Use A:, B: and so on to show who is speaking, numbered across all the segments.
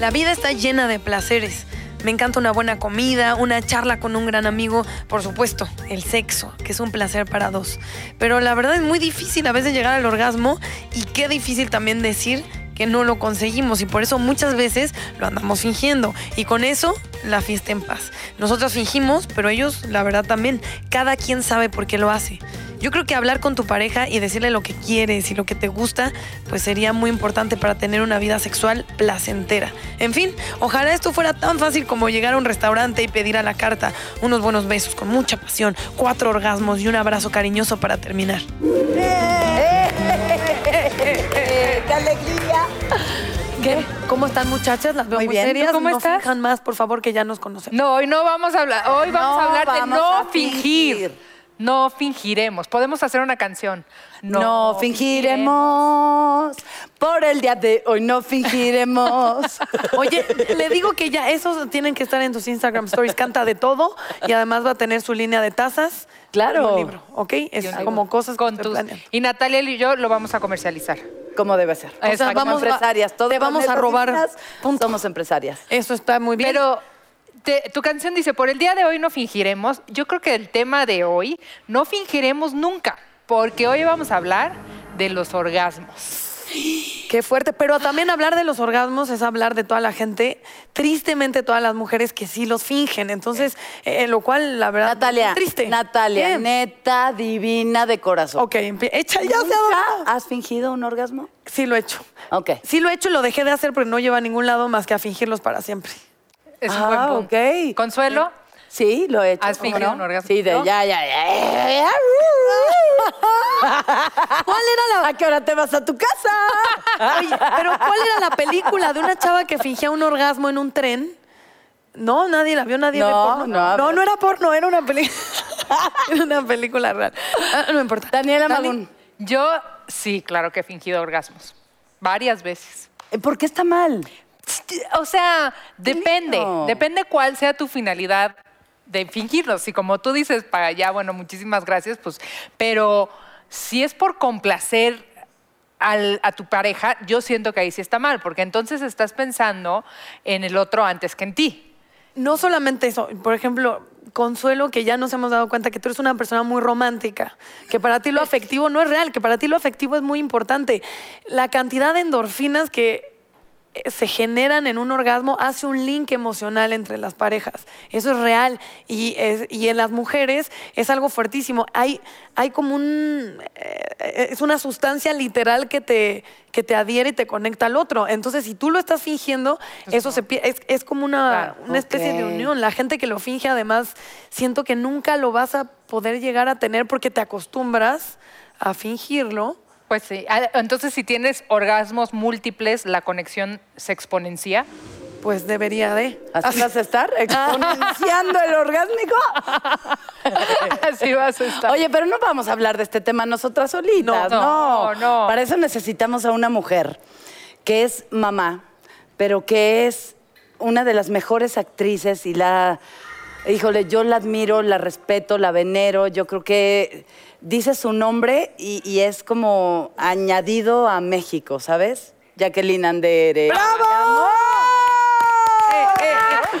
A: La vida está llena de placeres. Me encanta una buena comida, una charla con un gran amigo, por supuesto, el sexo, que es un placer para dos. Pero la verdad es muy difícil a veces llegar al orgasmo y qué difícil también decir que no lo conseguimos y por eso muchas veces lo andamos fingiendo y con eso la fiesta en paz. Nosotros fingimos, pero ellos la verdad también, cada quien sabe por qué lo hace. Yo creo que hablar con tu pareja y decirle lo que quieres y lo que te gusta, pues sería muy importante para tener una vida sexual placentera. En fin, ojalá esto fuera tan fácil como llegar a un restaurante y pedir a la carta unos buenos besos con mucha pasión, cuatro orgasmos y un abrazo cariñoso para terminar.
B: ¡Qué alegría!
A: ¿Qué? ¿Cómo están muchachas? Las veo muy,
C: Muy bien.
A: serias.
C: ¿Tú cómo
A: no
C: estás?
A: finjan más, por favor, que ya nos conocemos.
C: No, hoy no vamos a hablar, hoy vamos
B: No
C: a hablar de
B: vamos
C: no
B: a
C: fingir.
B: fingir.
C: No fingiremos. Podemos hacer una canción.
B: No, fingiremos. Por el día de hoy no fingiremos.
A: Oye, le digo que ya esos tienen que estar en tus Instagram stories. Canta de todo y además va a tener su línea de tazas.
B: Claro.
A: Y un libro, ¿ok? Es
C: fingiremos.
A: como cosas
C: con
A: que
C: tus.
A: planean.
C: Y Natalia y yo lo vamos a comercializar.
B: Como debe ser.
C: O sea,
B: vamos
C: vamos a-
B: empresarias. Todas
A: te vamos a
B: nuestras
A: robar,
B: hijas
A: punto.
B: Somos em- empresarias.
A: Eso está muy bien.
C: Pero te- tu canción dice, por el día de hoy no fingiremos. Yo creo que el tema de hoy, no fingiremos nunca, porque hoy vamos a hablar de los orgasmos.
A: Qué fuerte. Pero también hablar de los orgasmos es hablar de toda la gente, tristemente todas las mujeres que sí los fingen. Entonces, eh, lo cual, la verdad,
B: Natalia,
A: es triste.
B: Natalia,
A: Bien.
B: neta, divina de corazón.
A: Ok, empie- echa ya. se ha
B: ¿Nunca
A: dado.
B: has fingido un orgasmo?
A: Sí lo he hecho.
B: Ok.
A: Sí lo he hecho y lo dejé de hacer porque no lleva a ningún lado más que a fingirlos para siempre.
C: Es un
B: Ah,
C: buen punto.
B: ok.
C: Consuelo,
B: Sí, lo he hecho.
C: ¿Has
B: ¿cómo
C: fingido
B: no?
C: un orgasmo?
B: Sí, de
C: ¿No?
B: ya, ya, ya. ¿Cuál era la? ¿A qué hora te vas a tu casa?
A: Oye, pero ¿cuál era la película de una chava que fingía un orgasmo en un tren? No, nadie la vio, nadie
B: No,
A: ve porno.
B: no, a
A: no,
B: ver.
A: no era porno, era una película. era una película real. Ah, No importa.
B: Daniela
A: Dani,
B: Magún.
C: yo sí, claro que he fingido orgasmos. Varias veces.
B: Eh, ¿Por qué está mal?
C: O sea, depende,
B: lindo.
C: depende cuál sea tu finalidad de fingirlo. Si como tú dices, para allá, bueno, muchísimas gracias, pues, pero si es por complacer al- a tu pareja, yo siento que ahí sí está mal, porque entonces estás pensando en el otro antes que en ti.
A: No solamente eso, por ejemplo, Consuelo, que ya nos hemos dado cuenta que tú eres una persona muy romántica, que para ti lo afectivo no es real, que para ti lo afectivo es muy importante. La cantidad de endorfinas que eh, se generan en un orgasmo hace un link emocional entre las parejas. Eso es real. Y, es- y en las mujeres es algo fuertísimo. Hay, hay como un... eh, es una sustancia literal que te, que te adhiere y te conecta al otro. Entonces, si tú lo estás fingiendo, eso se pier- es, es como
C: Claro.
A: una, una especie de
B: Ok.
A: unión. La gente que lo finge, además, siento que nunca lo vas a poder llegar a tener porque te acostumbras a fingirlo.
C: Pues sí. Ah, Entonces, si tienes orgasmos múltiples, la conexión se exponencia.
A: Pues debería de.
B: ¿Así vas a estar? ¿Exponenciando el orgásmico?
C: Así vas a estar.
B: Oye, pero no vamos a hablar de este tema nosotras solitas.
C: No,
B: No,
C: no, no.
B: Para eso necesitamos a una mujer que es mamá, pero que es una de las mejores actrices y la. Híjole, yo la admiro, la respeto, la venero. Yo creo que dice su nombre y, y es como añadido a México, ¿sabes? Jacqueline eh, Andere. ¡Bravo!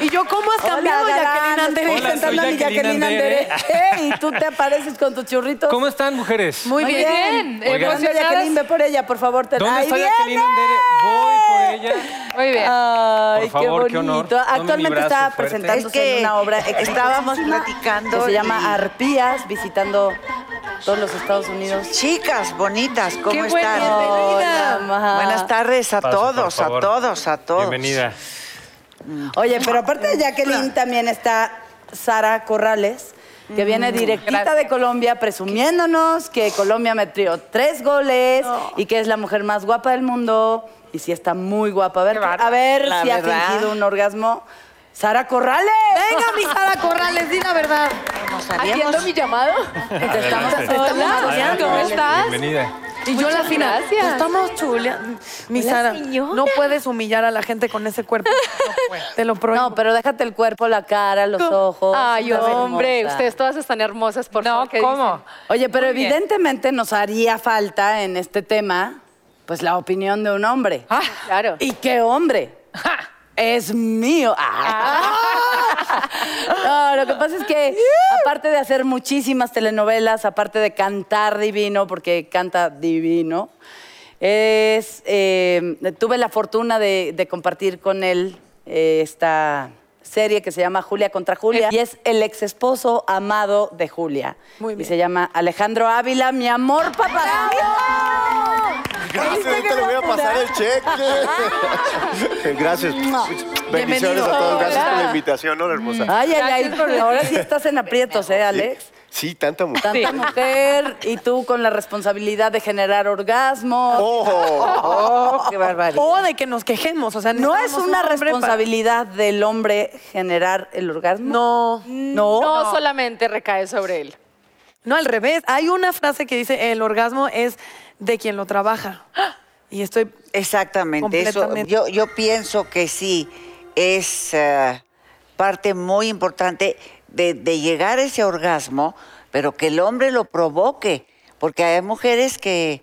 A: ¿Y yo cómo has cambiado, Jacqueline Andere?
D: Hola, soy
B: Jacqueline,
D: Jacqueline
B: Andere.
D: Andere.
B: Ey, y tú te apareces con tus churritos.
D: ¿Cómo están, mujeres?
A: Muy
C: Muy
A: bien.
C: bien.
D: Oigan.
B: Fernando,
C: emocionadas.
B: Jacqueline, ve por ella, por favor. Te...
D: ¿Dónde
B: ¡Ahí
D: está
B: viene!
D: Jacqueline Andere? Voy por ella.
C: Muy bien.
B: Ay,
D: Por favor,
B: qué
D: qué
B: bonito.
D: honor. Dame mi
B: Actualmente
D: brazo
B: está
D: fuerte.
B: presentándose
E: Es que
B: en una obra
E: estábamos
B: exitosísima
E: platicando
B: que se
E: y-
B: llama Arpías, visitando todos los Estados Unidos.
E: Chicas bonitas, ¿cómo
C: Qué bueno,
E: están?
B: bienvenida. Hola, ma.
E: Buenas tardes a
D: Paso, por
E: todos, a
D: favor.
E: todos, a todos.
D: Bienvenida.
B: Oye, pero aparte de Jacqueline también está Sara Corrales, que viene directita
C: Mm, Gracias.
B: de Colombia presumiéndonos que Colombia metió tres goles y que es la mujer más guapa del mundo. Y sí está muy guapa. A ver,
C: Qué bárbaro.
B: a ver
E: La
B: si
E: verdad.
B: ha fingido un orgasmo. Sara Corrales.
A: Venga, mi Sara Corrales, di la verdad.
E: Nos habíamos-
C: llamado?
B: Te estamos ¿eh?
D: Adelante.
B: aceptando.
D: Adelante,
C: ¿cómo
D: Jacqueline,
C: estás?
D: Bienvenida.
A: Y yo la final.
C: gracias.
A: Te Estamos chulia. Mi Sara, no puedes humillar a la gente con ese cuerpo. Te lo prohíbo. Ah,
B: No, pero déjate el cuerpo, la cara, los ojos.
F: Ay,
B: Estás
F: hombre,
B: hermosa.
F: ustedes todas están hermosas, por
C: No,
F: favor. ¿qué
C: ¿cómo?
B: Oye, pero
C: Muy bien.
B: evidentemente nos haría falta en este tema, pues la opinión de un hombre.
F: dicen? Claro.
B: ¿Y qué hombre?
C: ¡Ja!
B: es mío. Ah. No, lo que pasa es que aparte de hacer muchísimas telenovelas, aparte de cantar divino, porque canta divino, es, eh, tuve la fortuna de, de compartir con él eh, esta serie que se llama Julia contra Julia y es el ex esposo amado de Julia.
A: Muy bien.
B: Y se llama Alejandro Ávila, mi amor papá.
F: Gracias, ahorita le voy a pasar el cheque. Gracias. Bendiciones a todos. Gracias por la invitación, hola hermosa.
B: Ay, ay,
C: Gracias por
B: ay.
C: venir.
B: Ahora sí estás en aprietos, ¿eh, Alex?
F: Sí, tanta mujer.
B: Tanta mujer y tú con la responsabilidad de generar orgasmo.
F: ¡Ojo!
E: Oh, qué barbaridad.
A: O de que nos quejemos, o sea,
B: ¿No es
A: necesitamos
B: una
A: un hombre para-
B: responsabilidad del hombre generar el orgasmo?
A: No,
B: No.
G: No solamente recae sobre él.
A: no al revés. Hay una frase que dice el orgasmo es de quien lo trabaja. Y estoy
E: Exactamente, eso.
A: Completamente.
E: Yo, yo pienso que sí, es eh, parte muy importante de, de llegar a ese orgasmo, pero que el hombre lo provoque, porque hay mujeres que,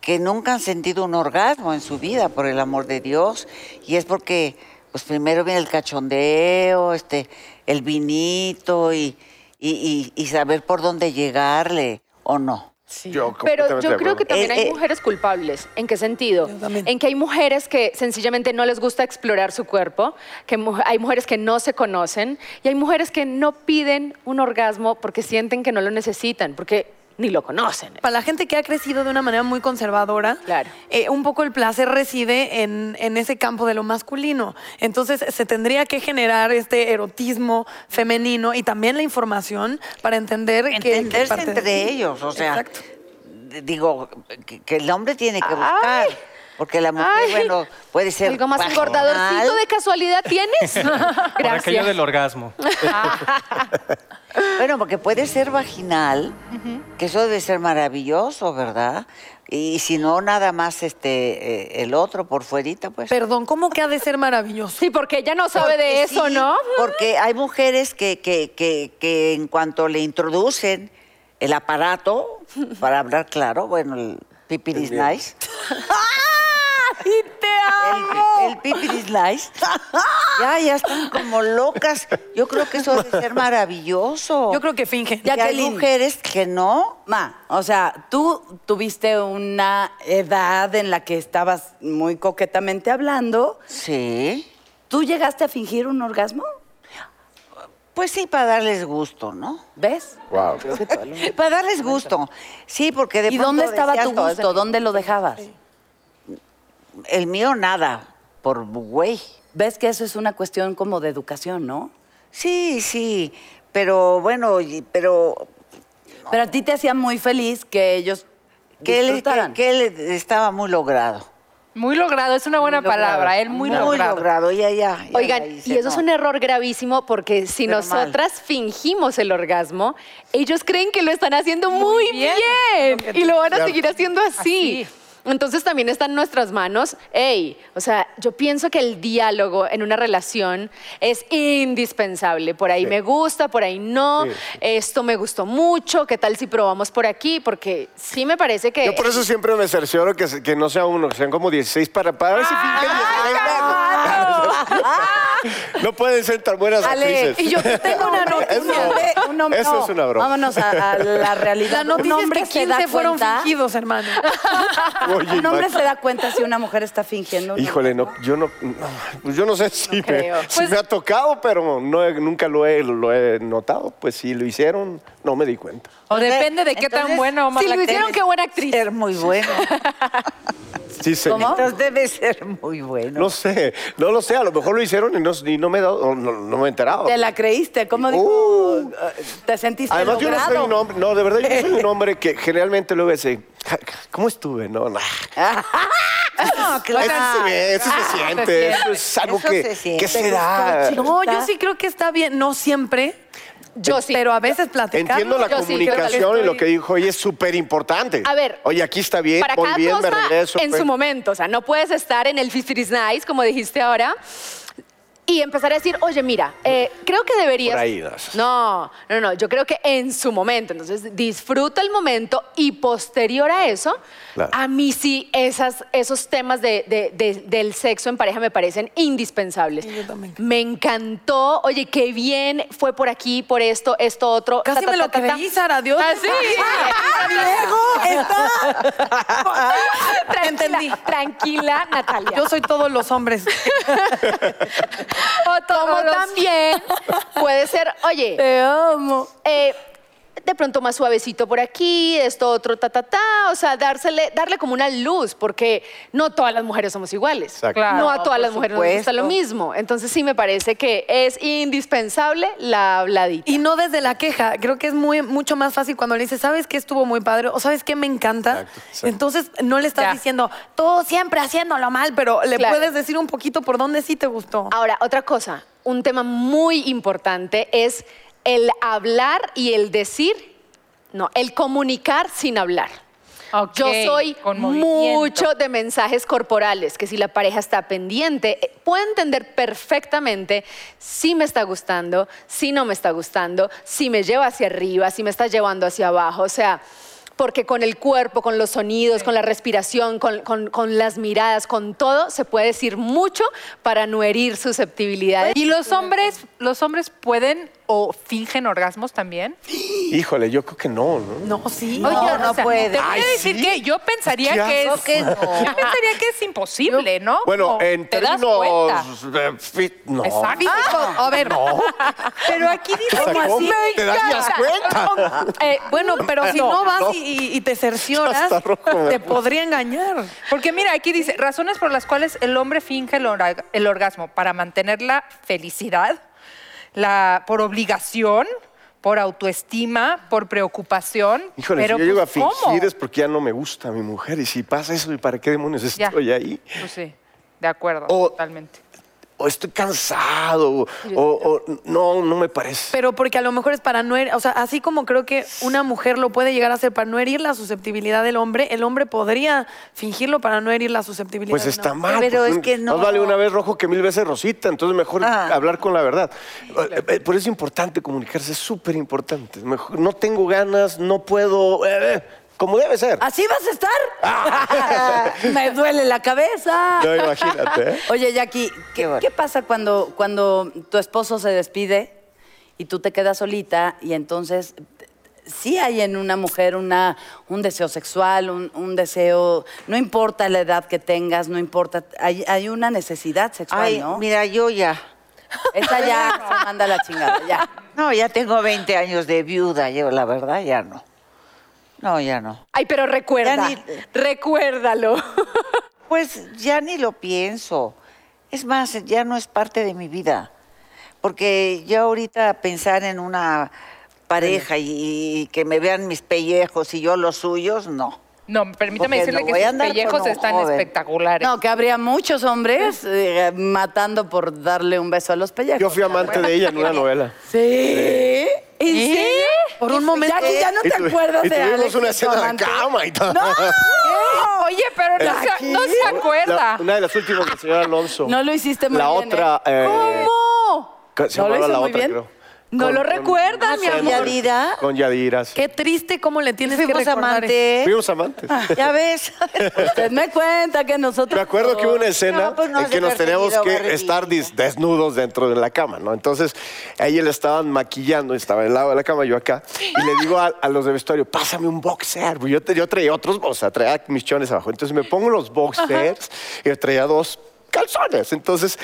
E: que nunca han sentido un orgasmo en su vida, por el amor de Dios, y es porque pues primero viene el cachondeo, este, el vinito y, y- y- y saber por dónde llegarle o no.
F: Yo
G: Pero
F: completamente de
G: yo creo
F: acuerdo.
G: que también
E: Eh,
G: hay
E: eh.
G: mujeres culpables. ¿En qué sentido?
A: también.
G: En que hay mujeres que sencillamente no les gusta explorar su cuerpo, que mu- hay mujeres que no se conocen y hay mujeres que no piden un orgasmo porque sienten que no lo necesitan, porque ni lo conocen.
A: Para la gente que ha crecido de una manera muy conservadora,
G: Claro.
A: eh, un poco el placer reside en, en ese campo de lo masculino. Entonces se tendría que generar este erotismo femenino y también la información para entender que- que...
E: entenderse
A: parte de-
E: entre ellos, o sea,
A: Exacto.
E: d- digo que, que el hombre tiene que buscar, porque la mujer,
G: Ay.
E: bueno, puede ser
G: Algo más
E: vaginal.
G: engordadorcito de casualidad tienes.
D: Por aquello
G: Gracias.
D: del orgasmo.
E: bueno, porque puede ser vaginal, que eso debe ser maravilloso, ¿verdad? Y si no, nada más este eh, el otro por fuerita, pues.
A: Perdón, ¿cómo que ha de ser maravilloso?
G: Sí, porque ella no sabe de
E: Porque
G: eso,
E: sí,
G: ¿no?
E: Porque hay mujeres que, que- que- que en cuanto le introducen el aparato, para hablar claro, bueno, el pipir is nice. El, el pipir is nice. Ya, ya están como locas. Yo creo que eso debe ser maravilloso.
A: Yo creo que finge.
E: que hay
B: Jacqueline.
E: mujeres que no.
B: Ma, o sea, tú tuviste una edad en la que estabas muy coquetamente hablando.
E: Sí.
B: ¿Tú llegaste a fingir un orgasmo?
E: Pues sí, para darles gusto, ¿no?
B: ¿Ves?
F: Wow.
E: Para darles gusto. Sí, porque de
B: ¿Y dónde
E: pronto
B: estaba
E: decías,
B: tu
E: "No,
B: gusto? ¿Dónde lo dejabas?
E: El mío nada, por güey.
B: ¿Ves que eso es una cuestión como de educación, no?
E: Sí, sí, pero bueno, y- pero
B: Pero a ti te hacía muy feliz que ellos
E: que él,
B: disfrutaran.
E: que, que él estaba muy logrado.
C: Muy logrado, es una buena
E: Muy logrado,
C: palabra, él muy, logrado.
E: ya, ya. ya
G: Oigan,
E: la hice,
G: y eso es
E: no.
G: un error gravísimo porque si
E: Pero mal.
G: nosotras fingimos el orgasmo, ellos creen que lo están haciendo muy, bien,
C: bien.
G: y lo van a seguir haciendo así.
C: Así.
G: Entonces también está en nuestras manos, hey, o sea, yo pienso que el diálogo en una relación es indispensable. Por ahí me gusta, por ahí no, esto me gustó mucho, ¿qué tal si probamos por aquí? Porque sí me parece que...
F: Yo por eso siempre me cercioro que, se- que no sea uno, que sean como 16 para, para ver si fingen
B: Ah.
F: 16. No pueden ser tan buenas
B: Ale,
F: actrices.
A: Y yo te tengo una
F: Eso.
A: noticia.
B: Un hombre-
F: Eso
B: no,
F: es una broma.
B: Vámonos a, a la realidad.
A: La noticia
B: un
A: es
B: hombre
A: que
B: se da
A: 15 fueron
B: cuenta-
A: fingidos, hermano.
F: Oye,
B: Un hombre
F: Max,
B: se da cuenta si una mujer está fingiendo. un
F: Híjole, no,
B: orgasmo.
F: yo no, no, pues yo no sé si, me,
G: creo.
B: Pues
F: si me ha tocado, pero no he- nunca lo he, lo he notado. Pues si lo hicieron, no me di cuenta.
C: O depende de qué tan
E: Entonces,
C: buena o
G: si
C: mala
G: lo
C: actriz.
G: hicieron, qué buena actriz.
E: Ser muy bueno.
F: Sí, señor.
B: ¿Cómo?
E: Entonces debe ser muy bueno.
F: No sé, no lo sé, a lo mejor lo hicieron y no, y no me he dado- o no, no me he enterado.
B: Te la creíste, ¿cómo dijo?
F: Oh. Uh.
B: te sentiste
F: Además, yo no
B: logrado.
F: soy un hombre, no, de verdad, yo no soy un hombre que generalmente luego dice, "Ja, ja, ¿cómo estuve? No, no.
E: No,
F: Eso se ve, eso
A: Ah,
F: se siente, eso es algo
E: Eso
F: que
E: se siente.
F: que se da.
A: No, yo sí creo que está bien. No siempre.
G: Yo sí.
A: Pero a veces platicar.
F: Entiendo la
G: Yo sí, creo que
F: comunicación y lo
A: estoy-
F: que dijo hoy es súper importante.
G: A ver,
F: Oye, aquí está bien,
G: para
F: muy
G: cada
F: bien, me
G: cosa
F: regreso.
G: en
F: pues.
G: su momento. O sea, no puedes estar en el 50 Nice, como dijiste ahora. y empezar a decir, oye, mira, eh, creo que deberías...
F: Por ahí das.
G: No, no, no, yo creo que en su momento. Entonces, disfruta el momento y posterior a eso,
F: Claro.
G: a mí sí, esas, esos temas de- de- de- del sexo en pareja me parecen indispensables.
A: Sí, yo también.
G: Me encantó, oye, qué bien, fue por aquí, por esto, esto, otro.
A: Casi me lo
G: ta. Ah,
A: creí, Sara, Dios.
G: Así. Tranquila,
A: Entendí.
G: Tranquila, Natalia.
A: Yo soy todos los hombres.
G: Como también puede ser, oye,
B: Te amo.
G: eh, de pronto más suavecito por aquí, esto, otro, ta, ta, ta. O sea, dársele, darle como una luz, porque no todas las mujeres somos iguales.
F: Exacto.
C: Claro,
G: no a
E: por
G: todas las mujeres nos gusta
E: supuesto.
G: lo mismo. Entonces sí me parece que es indispensable la habladita.
A: Y no desde la queja. Creo que es muy, mucho más fácil cuando le dices, ¿sabes qué estuvo muy padre? ¿O sabes qué me encanta?
F: Exacto, exacto.
A: Entonces no le estás
C: Ya.
A: diciendo, tú siempre haciéndolo mal, pero le
G: Claro.
A: puedes decir un poquito por dónde sí te gustó.
G: Ahora, otra cosa, un tema muy importante es el hablar y el decir, no, el comunicar sin hablar.
C: Ok,
G: Yo soy
C: con movimiento.
G: mucho de mensajes corporales, que si la pareja está pendiente, eh, puede entender perfectamente si me está gustando, si no me está gustando, si me lleva hacia arriba, si me está llevando hacia abajo, o sea... Porque con el cuerpo, con los sonidos, con la respiración, con, con- con las miradas, con todo, se puede decir mucho para no herir susceptibilidades.
C: ¿Y los hombres, los hombres pueden o fingen orgasmos también?
F: Híjole, yo creo que no, ¿no?
A: No, sí.
E: No, no puede.
C: Te voy a
F: Ay,
C: decir
F: sí.
C: que yo pensaría
F: Qué
C: que es.
E: asco que no.
C: Yo pensaría que es imposible, ¿no?
F: Bueno,
C: Como,
F: en
C: ¿te das cuenta?
F: términos de fit, no.
C: Exacto. a ver. Pero aquí dice
F: O sea,
C: que
F: ¿cómo
C: sí.
F: te darías cuenta?
A: Eh, bueno, pero si no, vas y- Y, y te cercioras,
F: Está rojo,
A: te
F: ¿verdad?
A: podría engañar.
C: Porque mira, aquí dice, razones por las cuales el hombre finge el, orga- el orgasmo, para mantener la felicidad, la, por obligación, por autoestima, por preocupación.
F: Híjole,
C: pero
F: si yo llego a
C: pues,
F: fingir
C: ¿cómo?
F: es porque ya no me gusta mi mujer. Y si pasa eso, ¿y para qué demonios
C: Ya.
F: estoy ahí?
C: Pues sí, de acuerdo,
F: O-
C: totalmente.
F: O estoy cansado, o, o- no, no me parece.
A: Pero porque a lo mejor es para no herir, o sea, así como creo que una mujer lo puede llegar a hacer para no herir la susceptibilidad del hombre, el hombre podría fingirlo para no herir la susceptibilidad.
F: Pues
A: de una
F: está
A: mujer.
F: mal.
E: Pero
F: pues,
E: es que no.
F: Más vale una vez rojo que mil veces rosita, entonces mejor
E: Ah.
F: hablar con la verdad. Eh, eh, Por eso es importante comunicarse, es súper importante. Mejor- No tengo ganas, no puedo, eh, eh, como debe ser. Ah,
B: ¿Así vas a estar? Me duele la cabeza.
F: No, imagínate. ¿eh?
B: Oye, Jackie, ¿qué,
E: Qué bueno.
B: qué pasa cuando, cuando tu esposo se despide y tú te quedas solita y entonces t- sí hay en una mujer una, un deseo sexual, un, un deseo, no importa la edad que tengas, no importa, hay, hay una necesidad sexual,
E: Ay,
B: ¿no?
E: mira, yo ya.
B: Esa ya se manda la chingada, ya.
E: No, ya tengo 20 años de viuda, yo la verdad ya no. No, ya no.
G: Ay, pero recuerda,
E: Ya ni-
G: recuérdalo.
E: Pues ya ni lo pienso. Es más, ya no es parte de mi vida. Porque yo ahorita pensar en una pareja y, y que me vean mis pellejos y yo los suyos, no.
C: No, permítame
E: Porque
C: decirle
E: no
C: que
E: voy a
C: sus
E: andar con
C: pellejos
E: un
C: están
E: joven.
C: espectaculares.
B: No, que habría muchos hombres eh, matando por darle un beso a los pellejos.
F: Yo fui amante de ella en una novela.
B: ¿Sí? ¿En serio?
A: Por un momento.
B: Jackie, ya no
F: Y
B: te
F: tuvi-
B: acuerdas
F: y
B: de
F: tuvimos
B: Alex
F: una
B: y tu
F: escena de
B: amante?
F: cama y todo.
C: Oye, pero no se,
F: Aquí.
C: no se
F: La-
C: acuerda.
F: una de las últimas del señor Alonso.
B: No lo hiciste muy
F: la
B: bien,
F: Otra, eh,
G: ¿Cómo?
F: ¿Cómo? Se
B: ¿No lo
F: llamaba
B: hizo
F: la
B: muy
F: otra,
B: bien?
F: creo.
G: No lo recuerdas, mi
E: amor. Yadira.
F: Con Yadira. sí.
A: Qué triste cómo le tienes que
E: Fuimos
A: recordar.
E: amantes.
F: Fuimos amantes.
E: Ya ves.
B: Usted me cuenta que nosotros.
F: Me acuerdo que hubo una escena
E: No, pues no
F: en
E: has
F: que
E: de
F: nos
E: haber
F: teníamos
E: tenido
F: que
E: barriguita.
F: estar dis- desnudos dentro de la cama, ¿no? Entonces, a ella le estaban maquillando, estaba al lado de la cama, yo acá, y le digo a, a los de vestuario, pásame un boxer. Yo, te- yo traía otros, o sea, traía mis chones abajo. Entonces me pongo los boxers y traía dos calzones. Entonces.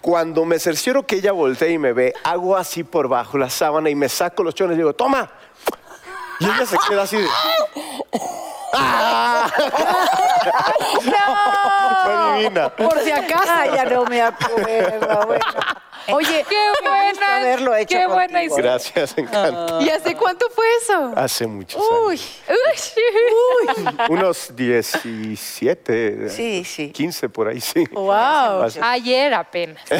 F: Cuando me cercioro que ella voltea y me ve, hago así por bajo la sábana y me saco los chones y digo, toma. Y ella se queda así de... ¡Ah! Fue divina.
B: Por si acaso. ya no me acuerdo, bueno.
G: Oye,
C: Eh, Qué buena,
E: haberlo hecho
C: qué buena
E: contigo.
C: historia.
F: Gracias, encanto.
G: ¿y hace cuánto fue eso?
F: Hace muchos
G: Uy, uy.
F: años. Unos 17,
E: Sí, sí.
F: 15 por ahí, sí.
B: Wow.
F: Hace-
C: Ayer apenas.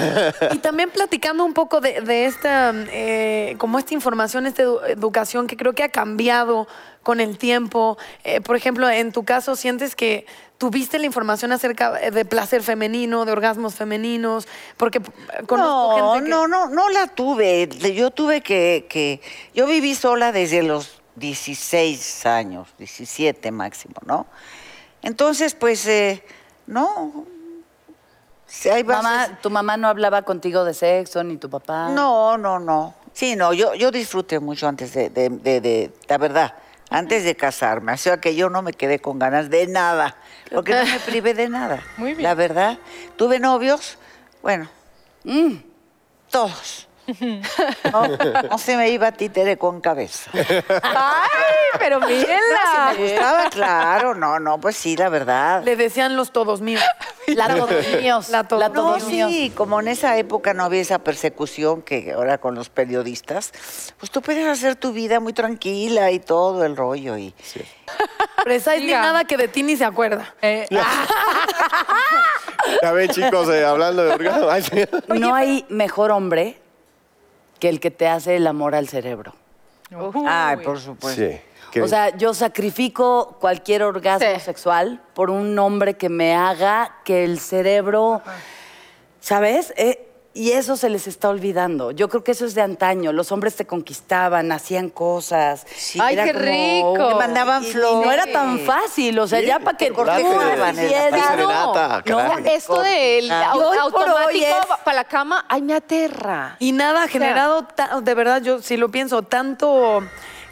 A: Y también platicando un poco de, de esta, eh, como esta información, esta edu- educación que creo que ha cambiado con el tiempo. Eh, por ejemplo, en tu caso, sientes que tuviste la información acerca eh, de placer femenino, de orgasmos femeninos, porque eh, conozco o gente que-
E: no, no, no la tuve. Yo tuve que, que- Yo viví sola desde los 16 años, 17 máximo, ¿no? Entonces, pues, eh, no. Sí, hay veces-
B: Mamá, tu mamá no hablaba contigo de sexo, ni tu papá.
E: No, no, no. Sí, no, yo, yo disfruté mucho antes de, de- de- de- la verdad, antes de casarme. O sea que yo no me quedé con ganas de nada, porque no me privé de nada.
C: Muy bien.
E: La verdad, tuve novios, bueno, todos. No, no se me iba títere con cabeza.
G: Ay, pero
E: No, si me
G: mírenla.
E: gustaba, claro, no, no, pues sí, la verdad.
A: Le decían los todos míos.
B: La todos míos.
A: La todos
E: no,
A: míos.
E: sí, como en esa época no había esa persecución que ahora con los periodistas, pues tú puedes hacer tu vida muy tranquila y todo el rollo. Y...
A: Precise ni
C: Diga.
A: nada que de ti ni se acuerda.
C: Eh,
F: Ya ven, chicos, eh, hablando de orgasmo. ay, sí.
B: no hay mejor hombre que el que te hace el amor al cerebro.
C: uy.
E: Ay, por supuesto.
F: Sí. qué
B: O
F: bien.
B: sea, yo sacrifico cualquier orgasmo
G: Sí.
B: sexual por un hombre que me haga que el cerebro, ¿sabes? Eh, y eso se les está olvidando. Yo creo que eso es de antaño. Los hombres te conquistaban, hacían cosas.
G: Ay, qué rico.
E: Te mandaban
B: y- y
E: flores.
B: No era tan fácil, o sea,
F: Sí,
B: ya para que
E: te cortejaban,
B: tú
E: el-
B: hicieras-
G: Sí, no.
F: Serenata,
B: No,
F: caray.
B: eh,
G: Esto del
E: Ah.
G: au-
B: Y hoy por hoy
G: automático
B: es-
G: para la cama, ay, me aterra.
A: Y nada ha generado, ta- de verdad, yo si lo pienso, tanto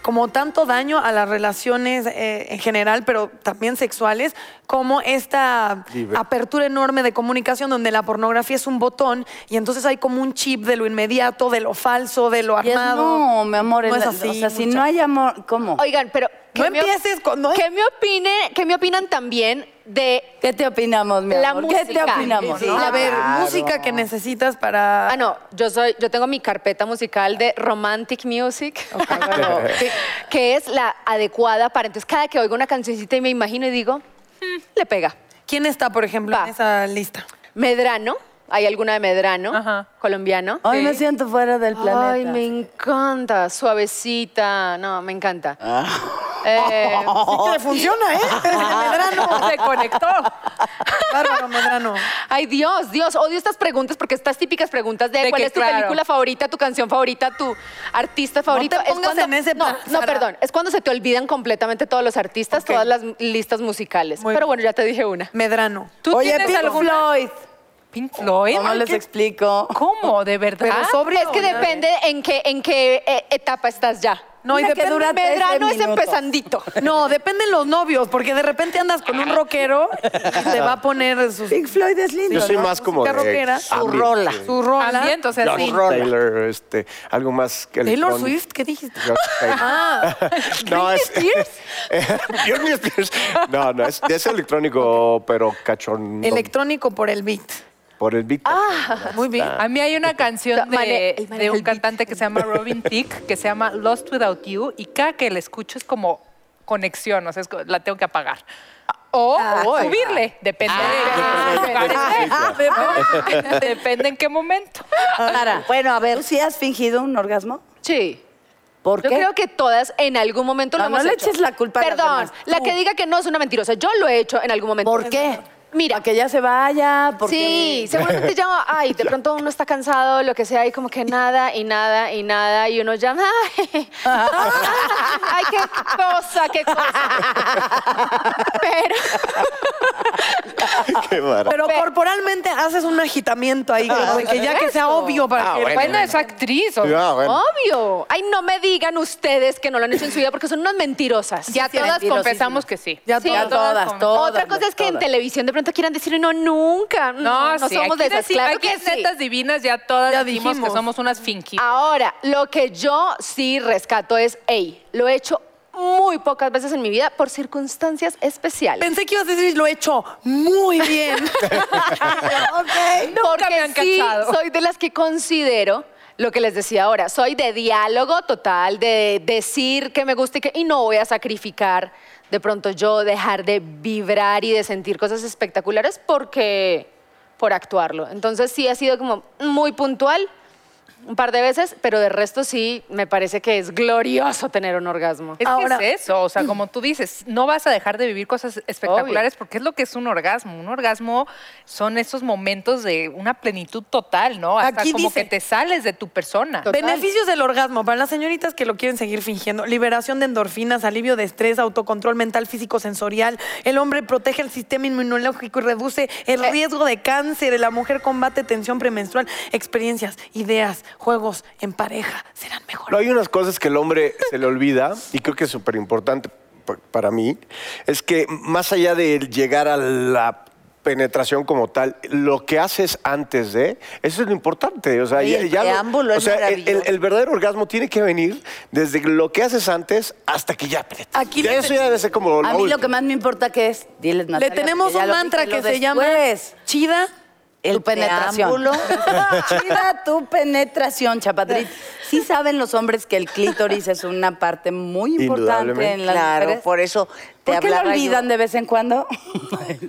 A: como tanto daño a las relaciones eh, en general, pero también sexuales, como esta
F: Liber-
A: apertura enorme de comunicación donde la pornografía es un botón y entonces hay como un chip de lo inmediato, de lo falso, de lo
B: y es,
A: armado.
B: no, mi amor,
A: No
B: el-
A: es así,
B: o sea, si
A: muchacha.
B: no hay amor, ¿cómo?
G: Oigan, pero...
A: No
G: ¿qué me op-
A: empieces con- no-
G: ¿Qué me opine- qué me opinan también de
B: ¿Qué te opinamos, mi
G: La
B: amor? ¿Qué te
G: música.
B: opinamos?
E: Sí,
B: no?
A: A ver,
E: Claro.
A: música que necesitas para...
G: Ah, no, yo soy, yo tengo mi carpeta musical de romantic music, que, que es la adecuada para. Entonces, cada que oigo una cancioncita y me imagino y digo, "Mm, le pega.
A: ¿Quién está, por ejemplo, en
G: Va.
A: esa lista?
G: Medrano, hay alguna de Medrano,
C: Ajá.
G: colombiano.
B: Hoy me siento fuera del planeta.
G: Ay, me encanta, suavecita, no, me encanta.
A: Ah.
G: Eh,
A: Sí que le funciona, ¿eh? Medrano se conectó. Bárbaro Medrano.
G: ay, Dios, Dios, odio estas preguntas porque estas típicas preguntas de,
C: De
G: cuál
C: que,
G: es tu
C: claro.
G: película favorita, tu canción favorita, tu artista favorito.
A: pongas
G: es cuando,
A: en ese
G: no,
A: plan,
G: no,
A: Sara.
G: perdón, es cuando se te olvidan completamente todos los artistas,
A: Ok.
G: todas las listas musicales.
A: Muy
G: Pero
A: bien.
G: bueno, ya te dije una.
A: Medrano.
C: ¿Tú
B: Oye,
C: tienes
B: Pink
C: alguna?
B: Floyd.
C: Pink Floyd.
B: ¿Cómo
C: Ay,
B: les
C: qué-
B: explico?
C: ¿Cómo? ¿De verdad?
A: Pero sobrio,
G: Ah, es que
A: ¿no?
G: depende en qué, en qué eh, etapa estás ya.
A: No, y
B: Una que
A: depende
B: dura tres
G: Medrano es
B: minutos.
G: empezandito.
A: No, dependen los novios, porque de repente andas con un rockero y te va a poner sus
B: Pink Floyd es lindo.
F: Yo soy
B: ¿no?
F: más como
A: música
F: de
A: rockera.
F: ambient,
E: Su rola.
F: sí.
A: su rola.
C: Ambiente, o sea,
F: Josh
C: sí.
F: Taylor, este, algo más que
A: Taylor
F: electrónico.
A: Swift, ¿qué dijiste?
F: Josh Taylor.
A: Ah,
F: No, es,
A: Spears?
F: Britney Spears. No, no, es, es electrónico, pero cachón.
A: electrónico por el beat.
F: Por el beat.
G: Ah,
A: Muy bien.
C: A mí hay una canción de,
G: Mane- el
C: de un
G: Manel
C: cantante que se llama Robin Thicke, que se llama Lost Without You, y cada que la escucho es como conexión, o sea, es co- la tengo que apagar. O
B: Ah,
C: subirle, depende. de- Depende- Depende en qué momento.
B: Sara,
E: Bueno, a ver,
B: ¿tú sí has fingido un orgasmo?
G: Sí.
B: ¿Por
G: Yo
B: qué?
G: creo que todas en algún momento
B: No,
G: lo hemos
B: no le
G: hecho.
B: eches la culpa a las
G: Perdón,
B: demás,
G: la
B: tú.
G: que diga que no es una mentirosa. Yo lo he hecho en algún momento.
B: ¿Por qué?
G: Mira.
B: ¿Para que ya se vaya? ¿Por
G: sí, seguramente ya, ay, de pronto uno está cansado, lo que sea, y como que nada, y nada, y nada, y uno ya, ay, ay, qué cosa, qué cosa. Pero,
F: Qué maravilla.
A: Pero corporalmente haces un agitamiento ahí,
G: Ah,
A: como de que ya que sea obvio para que...
C: Bueno, es actriz. o-
F: Ah, bueno.
G: obvio, ay, no me digan ustedes que no lo han hecho en su vida porque son unas mentirosas.
C: Ya
B: sí,
C: todas
B: mentirosísima.
C: confesamos que sí.
A: Ya
G: Sí,
B: Ya
A: todas.
B: todas, todas.
G: Otra cosa es que en
B: todas.
G: televisión de pronto quieran decir, no, nunca, no, no
C: sí,
G: somos
C: aquí
G: de esas,
C: deci-
G: claro
C: aquí
G: que
C: en
G: sí. Ah,
C: Netas Divinas ya todas
A: Ya
C: dijimos,
A: dijimos.
C: que somos unas finqui.
G: Ahora, lo que yo sí rescato es, hey, lo he hecho muy pocas veces en mi vida por circunstancias especiales.
A: Pensé que ibas a decir, lo he hecho muy bien.
G: Porque
C: me han
G: sí,
C: cachado.
G: soy de las que considero lo que les decía ahora, soy de diálogo total, de decir que me gusta y que y no voy a sacrificar de pronto yo dejar de vibrar y de sentir cosas espectaculares porque por actuarlo. Entonces sí ha sido como muy puntual un par de veces, pero de resto sí me parece que es glorioso tener un orgasmo.
C: Es
A: Ahora-
C: que es eso, o sea, como tú dices, no vas a dejar de vivir cosas espectaculares porque es lo que es un orgasmo. Un orgasmo son esos momentos de una plenitud total, ¿no? Hasta
A: Aquí
C: como
A: dice-
C: que te sales de tu persona.
G: Total.
A: Beneficios del orgasmo para las señoritas que lo quieren seguir fingiendo. Liberación de endorfinas, alivio de estrés, autocontrol mental, físico, sensorial. El hombre protege el sistema inmunológico y reduce el riesgo de cáncer. La mujer combate tensión premenstrual. Experiencias, ideas, juegos en pareja serán
F: No,
A: mejores.
F: hay unas cosas que el hombre se le olvida y creo que es súper importante pa- para mí, es que más allá de llegar a la penetración como tal, lo que haces antes de, eso es lo importante. O sea,
E: Oye,
F: ya-
E: el
F: ya lo-
E: preámbulo
F: o
E: es
F: sea, el, el-
E: maravilloso.
F: el verdadero orgasmo tiene que venir desde lo que haces antes hasta que ya penetras.
A: Aquí
F: Ya
A: le-
F: eso ya debe ser como
B: A mí lo
F: último.
B: que más me importa que es, diles Natalia,
A: Le tenemos
B: porque ya
A: un
B: lo dije,
A: mantra
B: lo
A: que se llama
B: después.
A: Chida.
B: El
E: Tu
B: penetración.
E: preámbulo.
B: Chida tu penetración, chapadrit. Sí saben los hombres que el clítoris es una parte muy importante
F: Indudablemente.
B: en las
E: Claro,
B: mujeres.
E: por eso te
B: ¿Por qué lo
E: hablaba yo.
B: olvidan de vez en cuando?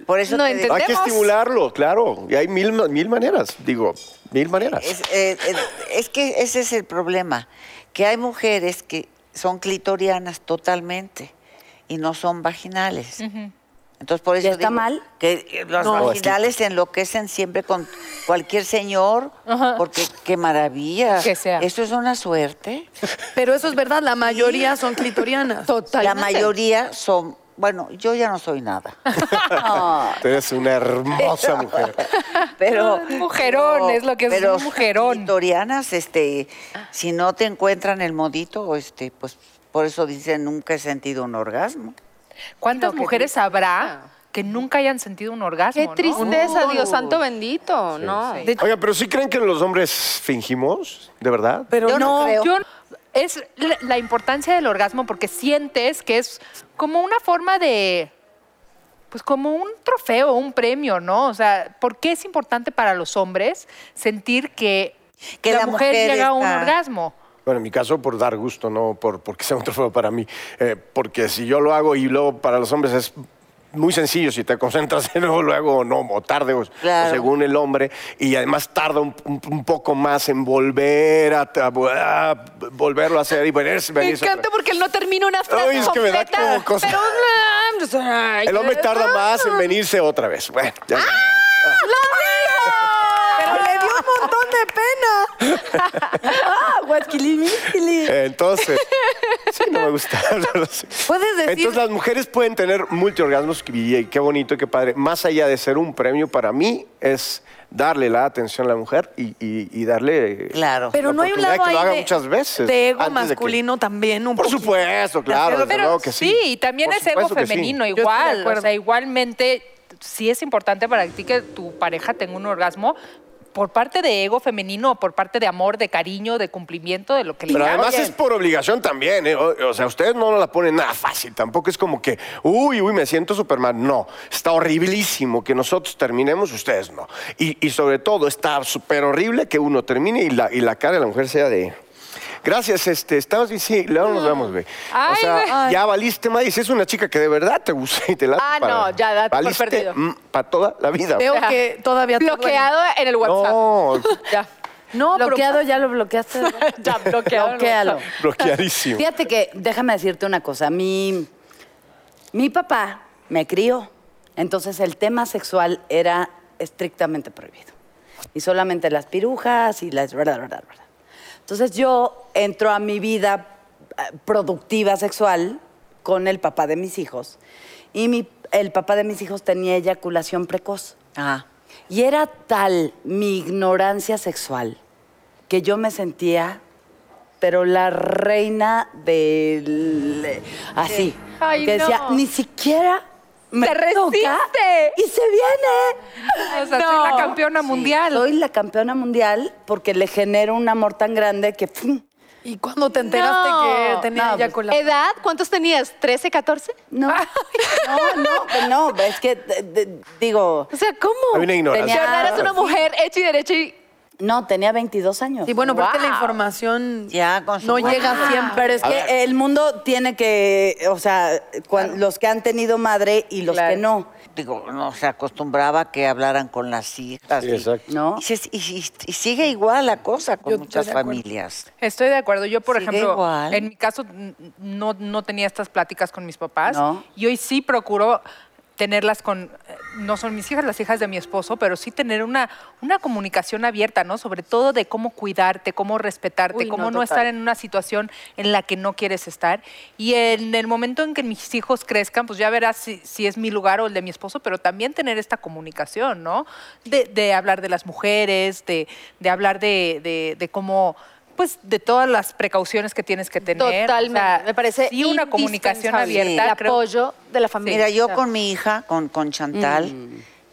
E: Por eso
G: No
E: te de-
F: Hay que
G: entendemos.
F: estimularlo, claro. Y hay mil, ma- mil maneras, digo, mil maneras.
E: Es, eh, eh, es que ese es el problema, que hay mujeres que son clitorianas totalmente y no son vaginales. Entonces por eso
B: Mm. ¿Ya está
E: digo
B: mal?
E: que eh, los
F: No.
E: vaginales se enloquecen siempre con cualquier señor, porque qué maravilla.
C: Que sea.
E: Eso es una suerte.
A: Pero eso es verdad, la mayoría son clitorianas.
E: La
G: Totalmente.
E: mayoría son, bueno, yo ya no soy nada.
F: Tú eres una hermosa mujer.
E: Pero
C: Ay, mujerón, es lo que es
E: pero
C: un mujerón.
E: clitorianas, este, si no te encuentran el modito, este, pues por eso dicen nunca he sentido un orgasmo.
C: ¿Cuántas
G: No, qué
C: mujeres
G: tristeza.
C: habrá que nunca hayan sentido un orgasmo?
G: Qué
C: no? Oh.
G: tristeza,
C: Uy.
G: Dios santo bendito, ¿no?
A: De-
F: Oiga, pero ¿sí creen que los hombres fingimos? ¿De verdad?
A: Pero
E: Yo no
A: no,
E: creo.
C: Yo- es la, la importancia del orgasmo porque sientes que es como una forma de, pues como un trofeo, un premio, ¿no? O sea, ¿por qué es importante para los hombres sentir que,
E: Que
C: la,
E: la
C: mujer,
E: mujer
C: llega a un
E: está-
C: orgasmo?
F: Bueno, en mi caso por dar gusto, no por porque sea un trofeo para mí. Eh, porque si yo lo hago y luego para los hombres es muy sencillo, si te concentras en luego lo hago o no, o tarde, o,
E: Claro.
F: o según el hombre, y además tarda un, un- un poco más en volver a, a- a volverlo a hacer y ponerse.
G: Me
F: venirse otra
G: encanta
F: vez.
G: porque él no termina una frase
F: Ay, es que me da
G: completa,
F: como cosa.
G: pero, ah, pues, ay,
F: El hombre
G: ya
F: tarda
G: está.
F: más en venirse otra vez. Bueno, ya.
A: pero le dio un montón de pena.
B: ah, guasquilimíquili.
F: Entonces, sí, no me gusta. no lo sé.
A: Puedes decir-
F: Entonces, las mujeres pueden tener multiorgasmos y y qué bonito, qué padre. Más allá de ser un premio, para mí es darle la atención a la mujer y, y- y darle.
E: Claro.
A: Pero
F: la
A: no hay un
F: oportunidad
A: lado
F: que lo
A: ahí
F: haga
A: de,
F: muchas veces.
A: de ego
F: antes de que-
A: masculino también. Un
F: Por
A: poquito.
F: supuesto, claro, desde
C: Pero
F: luego que sí.
C: y también
F: Por
C: es ego
F: supuesto que sí.
C: femenino
A: estoy de
C: igual. O
A: acuerdo.
C: sea, igualmente, sí es importante para ti que tu pareja tenga un orgasmo por parte de ego femenino, por parte de amor, de cariño, de cumplimiento, de lo que
F: Pero
C: le
F: además
C: hagan.
F: es por obligación también, ¿eh? O, o sea, ustedes no la ponen nada fácil. Tampoco es como que, uy, uy, me siento Superman. No, está horribilísimo que nosotros terminemos, ustedes no. Y, y sobre todo, está súper horrible que uno termine y la, y la cara de la mujer sea de... Gracias, este, estamos bien, sí, luego nos vemos, güey. O
C: Ay, güey.
F: sea, ya valiste, madre, y si es una chica que de verdad te gusta y te la
G: Ah, no, ya date por perdido.
F: para toda la vida. güey.
A: Veo que todavía te duele.
G: Bloqueado en el WhatsApp.
F: No,
G: Ya.
A: No, pero-
B: Bloqueado, ya lo bloqueaste.
G: Ya, bloqueado.
B: Bloquealo.
F: bloqueadísimo.
B: Fíjate que, déjame decirte una cosa. Mi, mi papá me crió. Entonces el tema sexual era estrictamente prohibido. Y solamente las pirujas y las. Verdad, verdad, verdad. Entonces yo entro a mi vida eh, productiva sexual con el papá de mis hijos. Y mi- el papá de mis hijos tenía eyaculación precoz.
E: Ah,
B: Y era tal mi ignorancia sexual que yo me sentía, pero la reina del... Así.
G: Ay,
B: que decía,
G: no.
B: ni siquiera me
G: ¡Te
B: toca
G: resiste!
B: y se viene.
C: O sea, soy la campeona mundial.
B: Soy la campeona mundial porque le genero un amor tan grande que... ¡pum!
A: ¿Y cuándo te enteraste
G: No.
A: que tenía
B: No,
A: ya
B: pues,
A: con la...
G: ¿Edad? ¿Cuántos tenías? ¿13, 14?
B: No, no, no, que no, es que de- de- digo...
G: O sea, ¿cómo?
F: Hay una ignorancia.
G: Tenía- Yarnara es una mujer hecha y derecha y
B: No, tenía 22 años.
A: Y bueno, pero es que la
G: Wow.
A: información
E: Ya, con su
A: no
E: cuerpo.
A: llega siempre.
B: Pero es
F: A
B: que eh,
F: ver.
B: el mundo tiene que, o sea, cuan- los que han tenido madre y los
C: Claro.
B: que no.
E: Digo, no se acostumbraba que hablaran con las hijas.
F: Sí,
E: y-
F: exacto.
B: ¿No?
E: Y, se- y- y- y sigue igual la cosa con
A: Yo estoy
E: muchas
A: de acuerdo.
E: familias.
C: Estoy de acuerdo. Yo, por
E: Sigue
C: ejemplo,
E: igual.
C: en mi caso n- no, no tenía estas pláticas con mis papás.
B: No.
C: Y hoy sí procuro tenerlas con, eh, no son mis hijas, las hijas de mi esposo, pero sí tener una, una comunicación abierta, ¿no? Sobre todo de cómo cuidarte, cómo respetarte,
G: Uy, no,
C: cómo no,
G: total.
C: estar en una situación en la que no quieres estar. Y en el momento en que mis hijos crezcan, pues ya verás si, si es mi lugar o el de mi esposo, pero también tener esta comunicación, ¿no? De, de hablar de las mujeres, de, de hablar de, de- de cómo pues de todas las precauciones que tienes que tener. o sea,
G: Totalmente. me parece
C: sí una comunicación
G: indispensable
C: abierta.
G: El
C: creo-
G: apoyo de la familia.
E: Mira, yo
G: Claro.
E: con mi hija, con, con Chantal,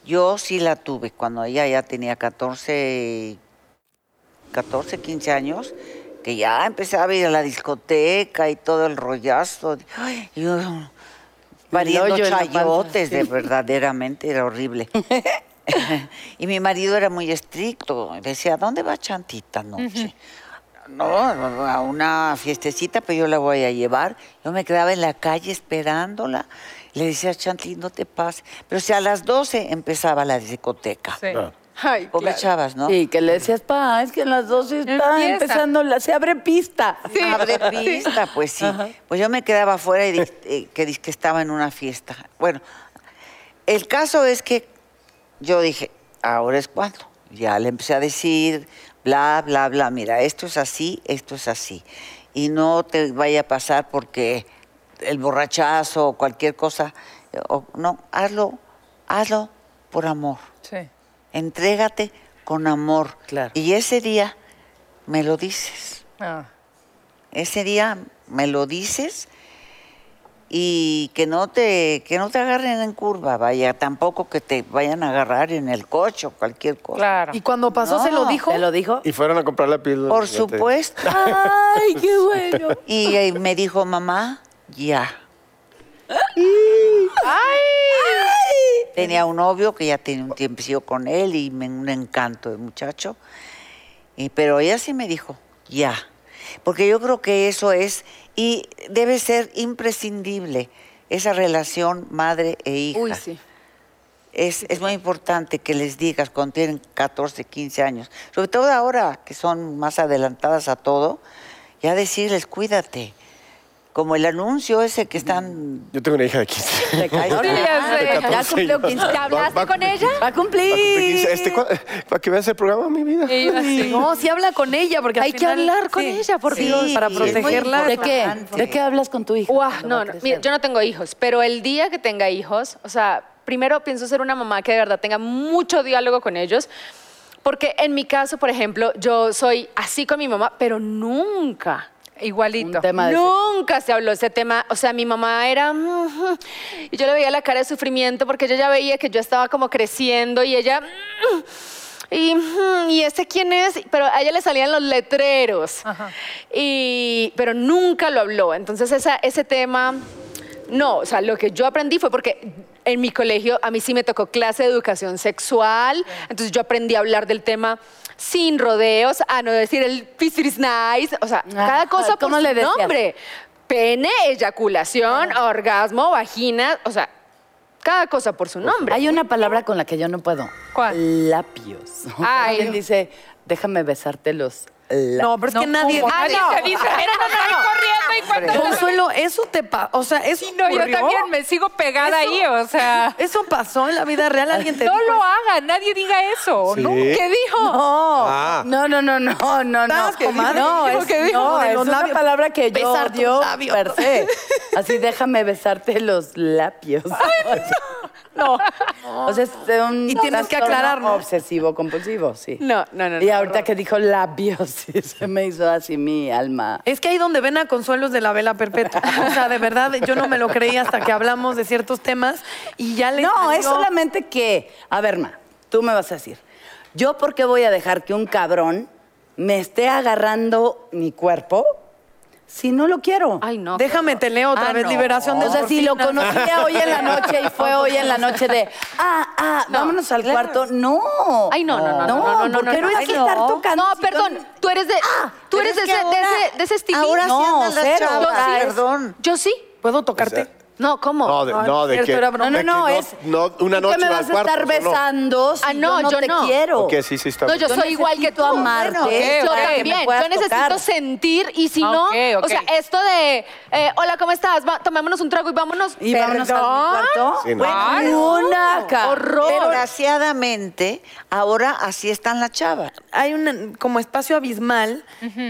E: yo sí la tuve cuando ella ya tenía 14, 14, 15 años, que ya empezaba a ir a la discoteca y todo el rollazo. Ay, yo pariendo
B: hoyo en la panza.
E: chayotes, de verdaderamente, era horrible. y mi marido era muy estricto. Decía, ¿a dónde va Chantita noche? No, a una fiestecita, pero yo la voy a llevar. Yo me quedaba en la calle esperándola. Le decía, Chanti, no te pases. Pero o sea, a las 12 empezaba la discoteca.
C: Sí.
F: Ah.
G: Ay,
E: Pobre
G: claro.
E: chavas, ¿no?
B: Sí, que le decías, pa, es que en las dos está
C: Empieza.
B: empezando, la, se abre pista.
E: Abre Ah, pista, pues sí. Pues yo me quedaba afuera y dis- eh, que dis- que estaba en una fiesta. Bueno, el caso es que yo dije, ahora es cuando. Ya le empecé a decir, bla, bla, bla, mira, esto es así, esto es así. Y no te vaya a pasar porque el borrachazo o cualquier cosa, eh, o- no, hazlo, hazlo por amor.
C: Sí.
E: Entrégate con amor.
B: Claro.
E: Y ese día me lo dices
C: Ah.
E: ese día me lo dices y que no te que no te agarren en curva, vaya, tampoco que te vayan a agarrar en el coche o cualquier cosa.
C: Claro.
A: Y cuando pasó, se lo
E: No,
A: dijo.
B: ¿Te lo dijo?
F: Y fueron a comprar la píldora.
E: Por
F: ya te-
E: supuesto.
B: Ay, qué bueno.
E: Y, eh, me dijo, "Mamá, ya." Tenía un novio que ya tenía un tiempecillo con él y me, un encanto de muchacho. Y, pero ella sí me dijo, ya. Porque yo creo que eso es, y debe ser imprescindible, esa relación madre e hija.
G: Uy, sí.
E: Es, es muy importante que les digas cuando tienen 14, 15 años, sobre todo ahora que son más adelantadas a todo, ya decirles, cuídate. Como el anuncio ese que están...
F: Yo tengo una hija de 15.
E: Ahí
C: Sí,
E: está.
C: ya sé.
G: ¿Ya cumplió 15? ¿Te hablaste con ella?
B: Va a cumplir.
F: Este, cua- para que veas el programa, mi vida.
C: Y yo así,
A: No, sí habla con ella, porque al
G: Hay que
A: final-
G: hablar con
A: sí,
G: ella, por
A: sí,
G: Dios.
A: Para
E: Sí, es muy
A: protegerla.
B: ¿De qué?
E: importante.
B: ¿De qué hablas con tu hija?
G: Guau,
B: cuando
G: no,
B: va
G: no. Mira,
B: creciendo?
G: yo no tengo hijos, pero el día que tenga hijos, o sea, primero pienso ser una mamá que de verdad tenga mucho diálogo con ellos. Porque en mi caso, por ejemplo, yo soy así con mi mamá, pero nunca
C: Igualito.
B: Un tema de
G: Nunca se habló ese tema. O sea, mi mamá era. "Mm", Y yo le veía la cara de sufrimiento porque ella ya veía que yo estaba como creciendo y ella. "Mm", Y, "Mm, ¿y este quién es? Pero a ella le salían los letreros.
C: Ajá.
G: Y, pero nunca lo habló. Entonces, esa- ese tema. No, o sea, lo que yo aprendí fue porque en mi colegio a mí sí me tocó clase de educación sexual, entonces yo aprendí a hablar del tema sin rodeos, a no decir el this is nice, o sea,
B: Ah,
G: cada cosa por
B: ¿cómo
G: su
B: le decías?
G: nombre. Pene, eyaculación, orgasmo, vagina, o sea, cada cosa por su nombre.
B: Hay una palabra con la que yo no puedo.
C: ¿Cuál?
B: Labios.
G: Ay.
B: Alguien dice, déjame besarte los labios.
A: No, pero es que nadie.
C: ¿cómo?
A: nadie-
C: Nadie se dice,
G: corriendo
E: cuéntame.
A: Consuelo, eso te pa- O sea, eso.
C: No, yo
A: ocurrió?
C: también me sigo pegada ahí, o sea.
A: Eso pasó en la vida real. Alguien te
C: No
A: dijo
C: lo
A: eso?
C: hagan, nadie diga eso.
F: Sí.
C: ¿no?
F: ¿Qué
C: dijo?
B: No,
F: Ah.
B: no, no, no, no, no, no.
A: ¿Sabes qué Ah, dijo?
B: No,
A: Dijo
B: es,
A: que dijo
B: no,
A: de
B: es
A: los
B: una
A: labios.
B: palabra que yo
A: Besar tus
B: odio
A: labios.
B: per se. Así, déjame besarte los labios. no. O sea, es un
A: Y tienes que
B: trastorno
A: aclarar, ¿no?
B: Obsesivo compulsivo, sí.
G: No, no, no.
B: Y
G: no,
B: ahorita
G: horror.
B: que dijo labios, sí, se me hizo así mi alma.
A: Es que ahí donde ven a Consuelo es de la vela perpetua. O sea, de verdad, yo no me lo creí hasta que hablamos de ciertos temas y ya le.
B: No, es
A: salió-
B: solamente que, a ver, ma, tú me vas a decir, ¿yo por qué voy a dejar que un cabrón me esté agarrando mi cuerpo si no lo quiero?
G: Ay, no.
A: Déjame te leo otra
C: Ah,
A: vez
C: no.
A: Liberación de
B: O sea, si lo
A: Endorfinas.
B: conocía hoy en la noche y fue hoy en la noche de, ah, ah,
G: No,
B: vámonos al cuarto. No.
G: Ay, no, no, no, no, no, no, no,
B: ¿por qué
G: no,
B: voy a
G: ay,
B: estar
G: no.
B: tocando?
G: No,
B: si
G: perdón,
B: con-
G: tú eres de, tú eres de
E: Pero es que
G: ese, de
E: ahora-
G: ese, de ese estilín.
E: Ahora sí
B: No,
E: andan las
B: cero.
G: yo
E: chavas,
G: sí.
E: perdón.
G: Yo sí.
A: ¿Puedo tocarte?
F: O sea,
G: No, ¿cómo?
F: No, de,
A: No,
F: no, de
A: cierto,
F: que,
A: era
B: No,
A: broma.
B: no,
F: de que
B: no, es.
F: no, una
B: ¿Tú
F: noche
B: qué me
F: va
B: vas
F: al cuarto,
B: a estar
F: o sea, no.
B: besando si
G: Ah, no,
B: yo no
G: yo
B: te
G: no.
B: quiero?
F: Ok, sí, sí, está
G: No,
F: bien.
G: yo,
B: Yo
G: soy igual que
B: necesito
G: tú.
B: amarte,
G: Bueno,
C: ok,
G: yo
C: ok, que me
G: también.
B: puedas
G: Yo necesito
B: tocar.
G: sentir y si
C: Ah,
G: no,
C: ok, ok.
G: o sea, esto de, eh, hola, ¿cómo estás? Va, tomémonos un trago y vámonos.
B: ¿Y vámonos al
G: Perdón.
B: cuarto?
F: Sí, no.
B: Bueno, una ca-
E: Desgraciadamente, ahora así están las chavas.
A: hay un como espacio abismal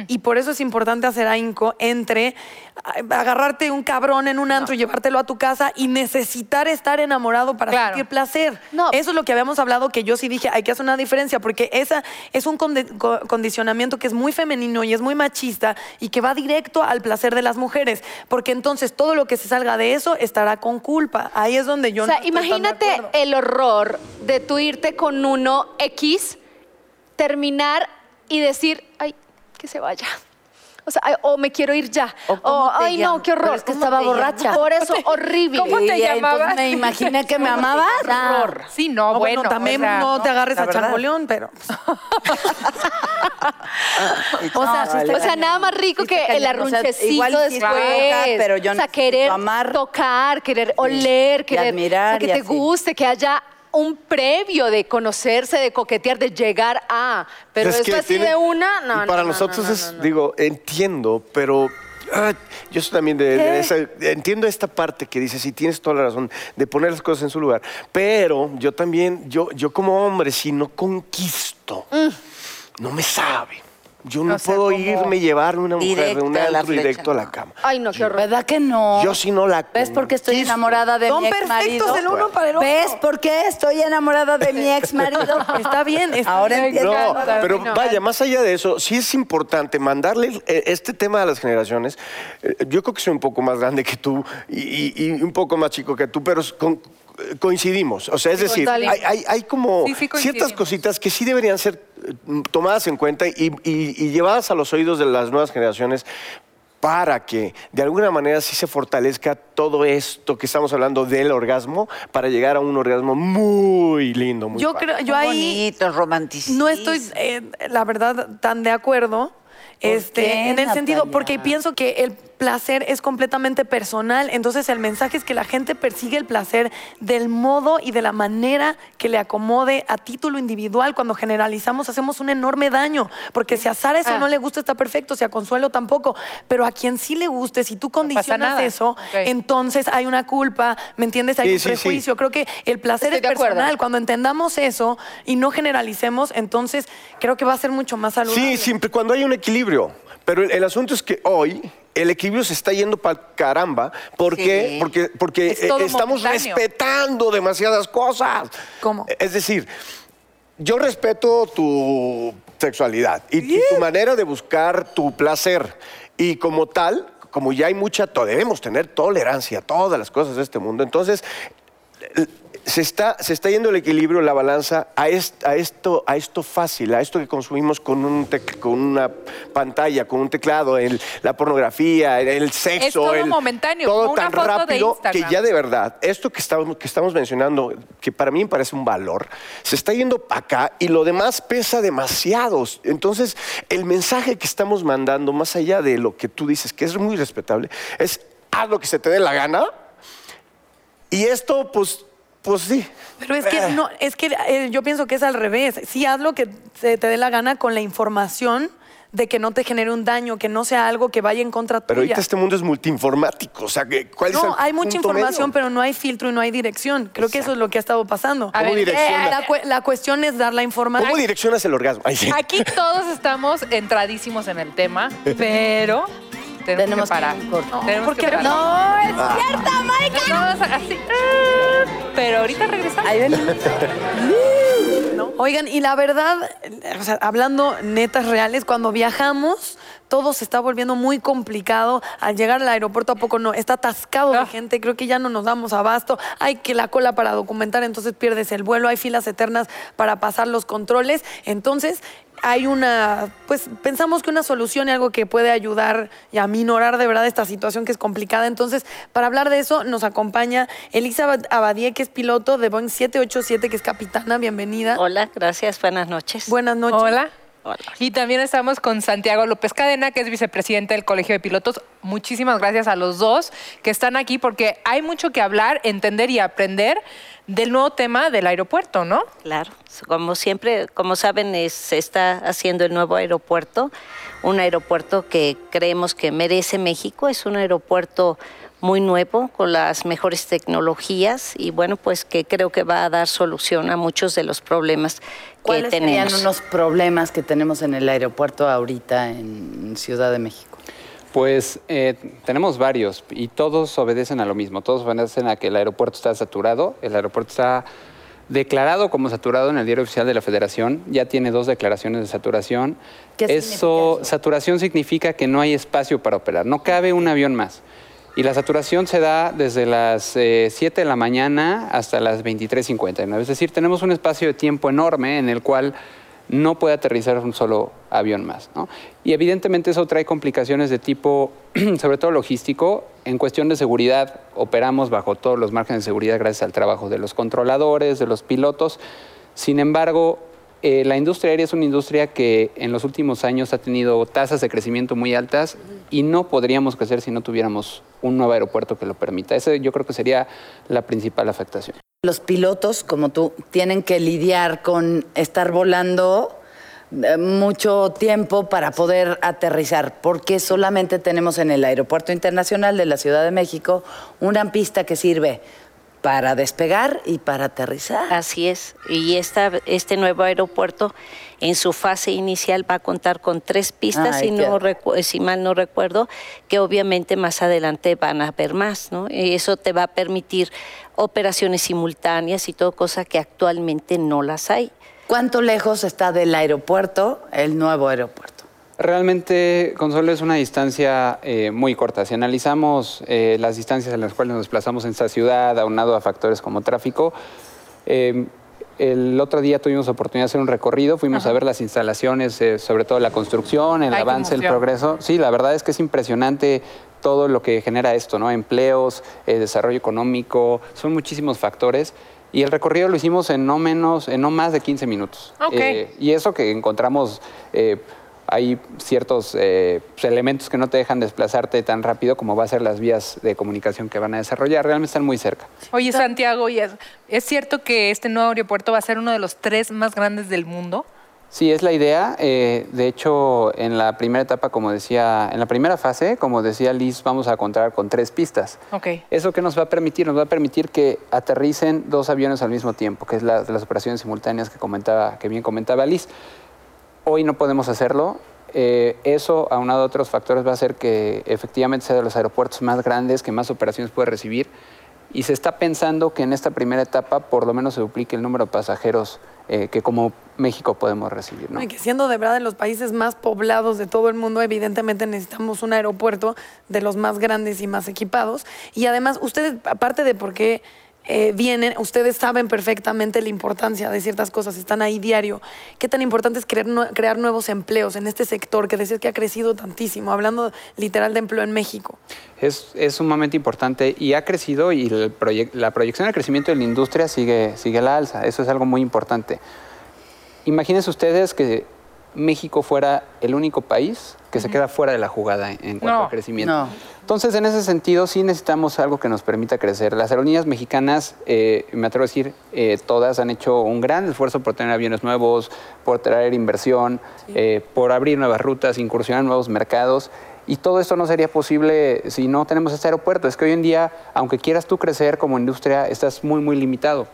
A: y por eso es importante hacer ahínco entre a- agarrarte un cabrón en un antro y llevártelo a tu casa y necesitar estar enamorado para
C: Claro.
A: sentir placer.
G: No.
A: Eso es lo que habíamos hablado que yo sí dije, hay que hacer una diferencia porque esa es un conde- co- condicionamiento que es muy femenino y es muy machista y que va directo al placer de las mujeres, porque entonces todo lo que se salga de eso estará con culpa. Ahí es donde yo
G: o sea,
A: no estoy tan de
G: imagínate
A: acuerdo.
G: el horror de tú irte con uno X, terminar y decir, ay, que se vaya. O sea, ay, o me quiero ir ya. O,
E: cómo te
G: ay, no,
E: llamas.
G: qué horror.
B: Pero es que estaba
G: ¿Cómo te
B: borracha.
G: llamas? Por eso, horrible.
C: ¿Cómo te
B: Y entonces
C: llamabas?
B: Me imaginé que me amabas.
C: Horror. Sí, no,
A: No,
C: bueno. o
A: Ah, bueno, también
C: sea,
A: no te agarres
B: la
A: a
B: verdad.
A: changoleón, pero...
G: O sea,
B: sí está
G: o sea,
B: cañón.
G: nada más rico
B: Sí está
G: que el
B: cañón. O sea,
G: arrunchecito
B: igual sí
G: después.
B: puedo tocar, pero yo
G: o sea,
B: necesito
G: querer
B: amar.
G: tocar, querer oler, querer o sea,
B: admirar
G: que
B: y
G: te
B: así.
G: guste, que haya un previo de conocerse, de coquetear, de llegar a. Pero
F: Es
G: esto
F: que
G: así
F: tiene-
G: de una,
F: y
G: no. no,
F: para
G: no,
F: nosotros
G: no, no,
F: es,
G: no, no.
F: digo, entiendo, pero ah, yo soy también de, de esa, entiendo esta parte que dices, y tienes toda la razón, de poner las cosas en su lugar, pero yo también, yo, yo como hombre, si no conquisto, no me sabe. Yo no
C: O sea,
F: puedo
C: como
F: irme y llevarme una mujer de
E: directo
F: un
E: a la
F: antro
E: flecha,
F: directo a la
E: no.
F: cama.
G: Ay, no, qué horror.
B: ¿Verdad que no?
F: Yo sí no la
B: ¿Ves por qué estoy
F: conquisto.
B: enamorada de
A: Son
B: mi ex marido?
A: perfectos el uno para el otro.
B: ¿Ves por qué estoy enamorada de mi ex marido?
A: Está bien, está
B: Ahora
A: bien.
B: entiendo.
F: No,
G: encanta,
F: pero
G: no.
F: vaya, más allá de eso, sí es importante mandarle eh, este tema a las generaciones. Eh, Yo creo que soy un poco más grande que tú y, y- y un poco más chico que tú, pero es con- eh, coincidimos. O sea, es
G: Sí,
F: decir,
G: total.
F: hay, hay- hay como
C: Sí, sí
F: ciertas
C: coincidimos.
F: cositas que sí deberían ser eh, tomadas en cuenta y, y- y llevadas a los oídos de las nuevas generaciones para que de alguna manera sí se fortalezca todo esto que estamos hablando del orgasmo para llegar a un orgasmo muy lindo, muy
A: Yo
F: padre.
A: creo, yo
E: Qué
A: ahí
E: bonito, el romanticismo.
A: no estoy, eh, la verdad, tan de acuerdo. Este,
B: qué,
A: en el sentido,
B: Natalia?
A: porque pienso que el placer es completamente personal, entonces el mensaje es que la gente persigue el placer del modo y de la manera que le acomode a título individual. Cuando generalizamos hacemos un enorme daño, porque si a Sara eso
G: Ah.
A: no le gusta está perfecto, si a Consuelo tampoco, pero a quien sí le guste, si tú condicionas
C: nada.
A: eso,
C: Ok.
A: entonces hay una culpa, ¿me entiendes? Hay
F: Sí,
A: un
F: sí, sí.
A: prejuicio. Creo que el placer
G: Estoy
A: es
G: de acuerdo.
A: personal, cuando entendamos eso y no generalicemos, entonces creo que va a ser mucho más
F: Sí,
A: saludable.
F: siempre cuando hay un equilibrio. Pero el, el asunto es que hoy el equilibrio se está yendo para caramba. ¿Por qué?
E: Sí.
F: Porque, porque
C: Es todo
F: eh, estamos
C: momentáneo.
F: respetando demasiadas cosas.
A: ¿Cómo?
F: Es decir, yo respeto tu sexualidad y, y tu manera de buscar tu placer. Y como tal, como ya hay mucha, to- debemos tener tolerancia a todas las cosas de este mundo. Entonces, se está, se está yendo el equilibrio, la balanza a, est- a esto, a esto fácil, a esto que consumimos con, un tec- con una pantalla, con un teclado, el- la pornografía, el, el sexo.
C: todo
F: el-
C: momentáneo,
F: Todo
C: como una
F: tan
C: foto de
F: rápido que
C: Instagram.
F: ya de verdad, esto que estamos, que estamos mencionando, que para mí me parece un valor, se está yendo para acá y lo demás pesa demasiado. Entonces, el mensaje que estamos mandando, más allá de lo que tú dices, que es muy respetable, es haz lo que se te dé la gana. Y esto, pues, pues sí.
A: Pero es que no, es que eh, yo pienso que es al revés. Sí, haz lo que se te dé la gana con la información de que no te genere un daño, que no sea algo que vaya en contra
F: Pero
A: tuya.
F: ahorita este mundo es multiinformático. O sea, que- ¿cuál es el
A: no, hay mucha
F: punto
A: información,
F: medio?
A: pero no hay filtro y no hay dirección. Creo que eso es lo que ha estado pasando.
C: A
F: ¿Cómo
C: ver, eh,
F: direcciona?
A: la, cue- la cuestión es dar la información.
F: ¿Cómo direccionas el orgasmo? Ay, sí.
C: Aquí todos estamos entradísimos en el tema, pero tenemos,
B: Tenemos
C: que parar.
B: que ir a un corte.
C: tenemos
A: porque
C: que parar.
B: No, es
C: Todos así. ah, Pero ahorita regresamos.
B: Ahí venimos.
A: ¿no? Oigan, y la verdad, o sea, hablando netas reales, cuando viajamos, todo se está volviendo muy complicado. Al llegar al aeropuerto, ¿a poco no? Está atascado de
C: Ah.
A: gente, creo que ya no nos damos abasto. Hay que la cola para documentar, entonces pierdes el vuelo. Hay filas eternas para pasar los controles. Entonces, hay una, pues pensamos que una solución y algo que puede ayudar y aminorar de verdad esta situación que es complicada. Entonces, para hablar de eso, nos acompaña Elisa Abad- Abadie, que es piloto de Boeing 787, que es capitana. Bienvenida.
H: Hola, gracias, buenas noches.
A: Buenas noches.
C: Hola.
H: Hola.
C: Y también estamos con Santiago López Cadena, que es vicepresidente del Colegio de Pilotos. Muchísimas gracias a los dos que están aquí porque hay mucho que hablar, entender y aprender del nuevo tema del aeropuerto, ¿no?
H: Claro, como siempre, como saben, es- se está haciendo el nuevo aeropuerto, un aeropuerto que creemos que merece México, es un aeropuerto muy nuevo, con las mejores tecnologías y bueno, pues que creo que va a dar solución a muchos de los problemas que
B: ¿Cuáles serían
H: tenemos.
B: unos problemas que tenemos en el aeropuerto ahorita en Ciudad de México?
I: Pues eh, tenemos varios y todos obedecen a lo mismo. Todos obedecen a que el aeropuerto está saturado. El aeropuerto está declarado como saturado en el diario oficial de la Federación. Ya tiene dos declaraciones de saturación.
B: ¿Qué
I: eso, saturación significa que no hay espacio para operar. No cabe un avión más. Y la saturación se da desde las eh, 7 de la mañana hasta las 23.59. Es decir, tenemos un espacio de tiempo enorme en el cual no puede aterrizar un solo avión más. ¿no? Y evidentemente eso trae complicaciones de tipo, sobre todo logístico. En cuestión de seguridad, operamos bajo todos los márgenes de seguridad gracias al trabajo de los controladores, de los pilotos. Sin embargo, eh, la industria aérea es una industria que en los últimos años ha tenido tasas de crecimiento muy altas y no podríamos crecer si no tuviéramos un nuevo aeropuerto que lo permita. Esa yo creo que sería la principal afectación.
B: Los pilotos, como tú, tienen que lidiar con estar volando eh, mucho tiempo para poder aterrizar, porque solamente tenemos en el Aeropuerto Internacional de la Ciudad de México una pista que sirve para despegar y para aterrizar.
H: Así es. Y esta, este nuevo aeropuerto en su fase inicial va a contar con tres pistas,
B: Ay,
H: si, no
B: qué-
H: recu- si mal no recuerdo, que obviamente más adelante van a haber más, ¿no? Y eso te va a permitir operaciones simultáneas y todo, cosa que actualmente no las hay.
B: ¿Cuánto lejos está del aeropuerto el nuevo aeropuerto?
I: Realmente, Consuelo, es una distancia eh, muy corta. Si analizamos eh, las distancias en las cuales nos desplazamos en esta ciudad, aunado a factores como tráfico, eh, el otro día tuvimos oportunidad de hacer un recorrido, fuimos a ver las instalaciones, eh, sobre todo la construcción, el
C: Ay, qué
I: avance, el
C: emoción.
I: progreso. Sí, la verdad es que es impresionante todo lo que genera esto, ¿no? Empleos, eh, desarrollo económico, son muchísimos factores. Y el recorrido lo hicimos en no menos, en no más de 15 minutos. Eh,
C: Ok.
I: y eso que encontramos, eh, hay ciertos eh, pues, elementos que no te dejan desplazarte tan rápido como va a ser las vías de comunicación que van a desarrollar. Realmente están muy cerca.
C: Oye, Santiago, ¿y es, ¿es cierto que este nuevo aeropuerto va a ser uno de los tres más grandes del mundo?
I: Sí, es la idea. Eh, de hecho, en la primera etapa, como decía, en la primera fase, como decía Liz, vamos a contar con tres pistas.
C: Ok.
I: ¿Eso qué nos va a permitir? Nos va a permitir que aterricen dos aviones al mismo tiempo, que es la- las operaciones simultáneas que, comentaba, que bien comentaba Liz. Hoy no podemos hacerlo. Eh, eso, aunado a otros factores, va a hacer que efectivamente sea de los aeropuertos más grandes, que más operaciones puede recibir. Y se está pensando que en esta primera etapa por lo menos se duplique el número de pasajeros eh, que como México podemos recibir. ¿no?
A: Y que siendo de verdad de los países más poblados de todo el mundo, evidentemente necesitamos un aeropuerto de los más grandes y más equipados. Y además, ustedes, aparte de por qué eh, vienen, ustedes saben perfectamente la importancia de ciertas cosas, están ahí diario. ¿Qué tan importante es crear, nue- crear nuevos empleos en este sector que decías que ha crecido tantísimo, hablando literal de empleo en México?
I: Es, es sumamente importante y ha crecido y el proye- la proyección de crecimiento de la industria sigue, sigue a la alza. Eso es algo muy importante. Imagínense ustedes que México fuera el único país que se queda fuera de la jugada en- en cuanto
C: No,
I: a crecimiento.
B: no.
I: Entonces, en ese sentido, sí necesitamos algo que nos permita crecer. Las aerolíneas mexicanas, eh, me atrevo a decir, eh, todas han hecho un gran esfuerzo por tener aviones nuevos, por traer inversión, eh, por abrir nuevas rutas, incursionar en nuevos mercados. Y todo esto no sería posible si no tenemos este aeropuerto. Es que hoy en día, aunque quieras tú crecer como industria, estás muy, muy limitado.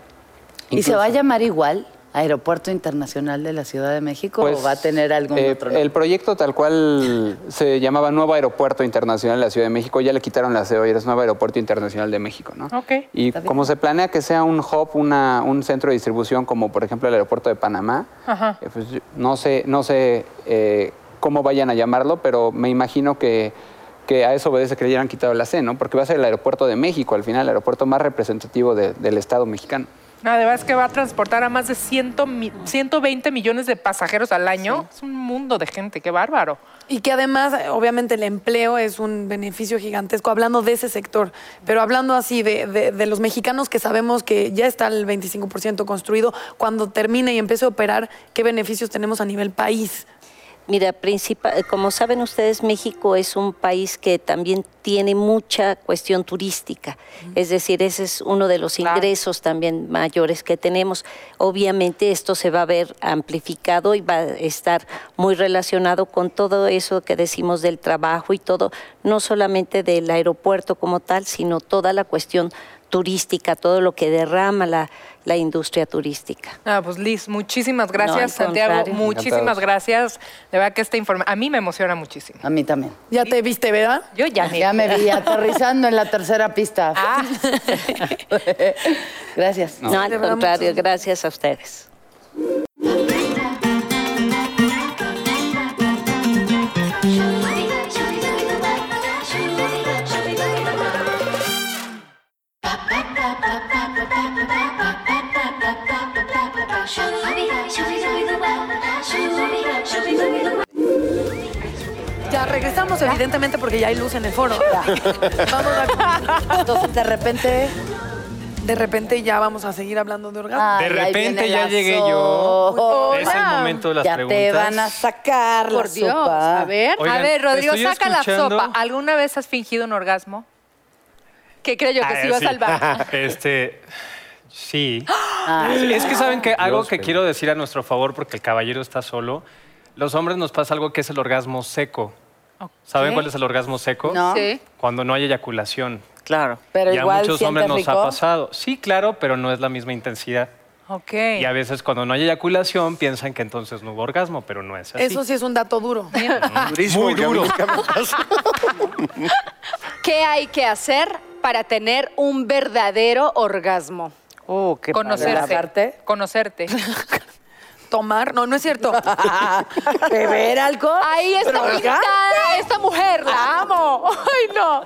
B: ¿Y se va a
I: Incluso-
B: llamar igual Aeropuerto Internacional de la Ciudad de México o
I: pues,
B: va a tener algún
I: eh,
B: otro nombre?
I: El proyecto tal cual se llamaba Nuevo Aeropuerto Internacional de la Ciudad de México, ya le quitaron la CEO y es Nuevo Aeropuerto Internacional de México, ¿no?
C: Ok.
I: Y
B: Ah, bien.
I: como se planea que sea un hub, una- un centro de distribución como por ejemplo el aeropuerto de Panamá,
C: Ajá.
I: eh, pues, yo- no sé, no sé eh, cómo vayan a llamarlo, pero me imagino que, que a eso obedece que le hayan quitado la C, ¿no? Porque va a ser el aeropuerto de México, al final el aeropuerto más representativo de- del Estado mexicano.
C: Además que va a transportar a más de 100 mi- 120 millones de pasajeros al año. Es un mundo de gente, qué bárbaro.
A: Y que además, eh, obviamente, el empleo es un beneficio gigantesco, hablando de ese sector, pero hablando así de, de- de los mexicanos que sabemos que ya está el 25% construido, cuando termine y empiece a operar, ¿qué beneficios tenemos a nivel país?
H: Mira, principa- eh, como saben ustedes, México es un país que también tiene mucha cuestión turística. Es decir, ese es uno de los
C: Claro.
H: ingresos también mayores que tenemos. Obviamente esto se va a ver amplificado y va a estar muy relacionado con todo eso que decimos del trabajo y todo, no solamente del aeropuerto como tal, sino toda la cuestión turística, todo lo que derrama la, la industria turística.
C: Ah, pues Liz, muchísimas gracias,
H: al
C: Santiago.
H: contrario.
C: Muchísimas
I: Encantados.
C: gracias. De verdad que esta información a mí me emociona muchísimo.
B: A mí también.
A: Ya te viste, ¿verdad?
C: Yo ya me,
B: Ya me vi aterrizando en la tercera pista.
C: Ah,
B: Gracias.
H: No,
A: de
H: al
A: verdad,
H: contrario,
A: muchas
H: gracias a ustedes.
A: Ya regresamos, evidentemente, porque ya hay luz en el foro. Vamos a-
B: Entonces, de repente.
A: de repente ya vamos a seguir hablando de orgasmo.
B: ay, ahí
D: repente
B: viene
D: ya
B: la
D: llegué yo.
B: sopa.
A: Hola.
D: Es el momento de las
B: ya
D: preguntas.
B: te van a sacar la
G: Por Dios,
B: sopa.
G: a ver.
D: Oigan,
C: a ver, Rodrigo,
D: estoy
C: saca
D: escuchando-
C: la sopa. ¿Alguna vez has fingido un orgasmo?
G: ¿Qué creo yo que
D: Ah,
G: se iba
D: sí.
G: a salvar?
D: Este, sí. Es que saben que algo que quiero decir a nuestro favor, porque el caballero está solo, los hombres nos pasa algo que es el orgasmo seco. ¿Saben cuál es el orgasmo seco?
B: No.
G: Sí.
D: Cuando no hay eyaculación.
E: Claro.
B: Pero
D: y a
B: igual
D: muchos hombres
B: sientes
D: nos
B: rico.
D: ha pasado. Sí, claro, pero no es la misma intensidad.
C: Ok.
D: Y a veces cuando no hay eyaculación piensan que entonces no hubo orgasmo, pero no es así.
A: Eso sí es un dato duro.
F: Durísimo,
D: Muy
F: que a mí
D: duro.
F: nunca me pasa.
G: ¿Qué hay que hacer para tener un verdadero orgasmo?
E: Oh, qué
C: Conocerse.
B: ¿Lavarte?
C: Conocerte.
A: Tomar, no, no es cierto.
B: ¿Beber alcohol?
G: Ahí está
B: ¿Droga?
G: pintada esta mujer, la amo. Ay, no.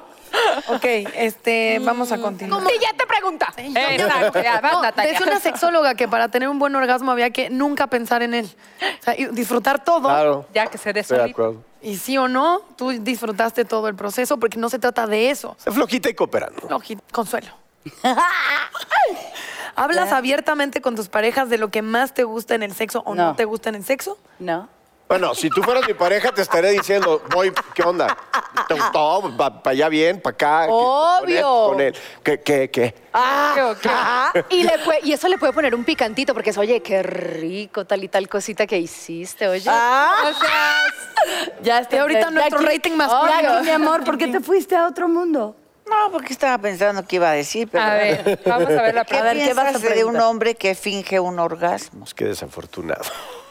A: Ok, este, vamos a continuar.
G: Como ya te pregunta.
C: Exacto, ya, vas,
A: No,
C: Natalia.
A: decía una sexóloga que para tener un buen orgasmo había que nunca pensar en él. O sea, y disfrutar todo.
F: Claro.
C: Ya que se dé
F: Estoy de
C: solito.
F: acuerdo.
A: Y sí o no, tú disfrutaste todo el proceso porque no se trata de eso.
F: Flojita y cooperando.
A: No, Gil, consuelo. ¿Hablas abiertamente con tus parejas de lo que más te gusta en el sexo o no,
B: No.
A: te gusta en el sexo?
B: No.
F: Bueno, si tú fueras mi pareja, te estaría diciendo, voy, ¿qué onda? ¿Te gustó? ¿Para allá bien? ¿Para acá? ¿Qué-
G: Obvio.
F: Con él. ¿Qué, qué, qué?
G: Ah, ah, y, le pue- y eso le puede poner un picantito porque es, oye, qué rico tal y tal cosita que hiciste, oye.
B: Ah.
G: O sea,
B: Ya está.
A: Y ahorita nuestro rating masculino.
B: Jackie, mi amor, ¿por qué te fuiste a otro mundo?
E: No, porque estaba pensando qué iba a decir, pero...
C: A ver, vamos a ver la
E: ¿Qué
C: pregunta.
E: piensas de un hombre que finge un orgasmo?
F: Pues qué desafortunado.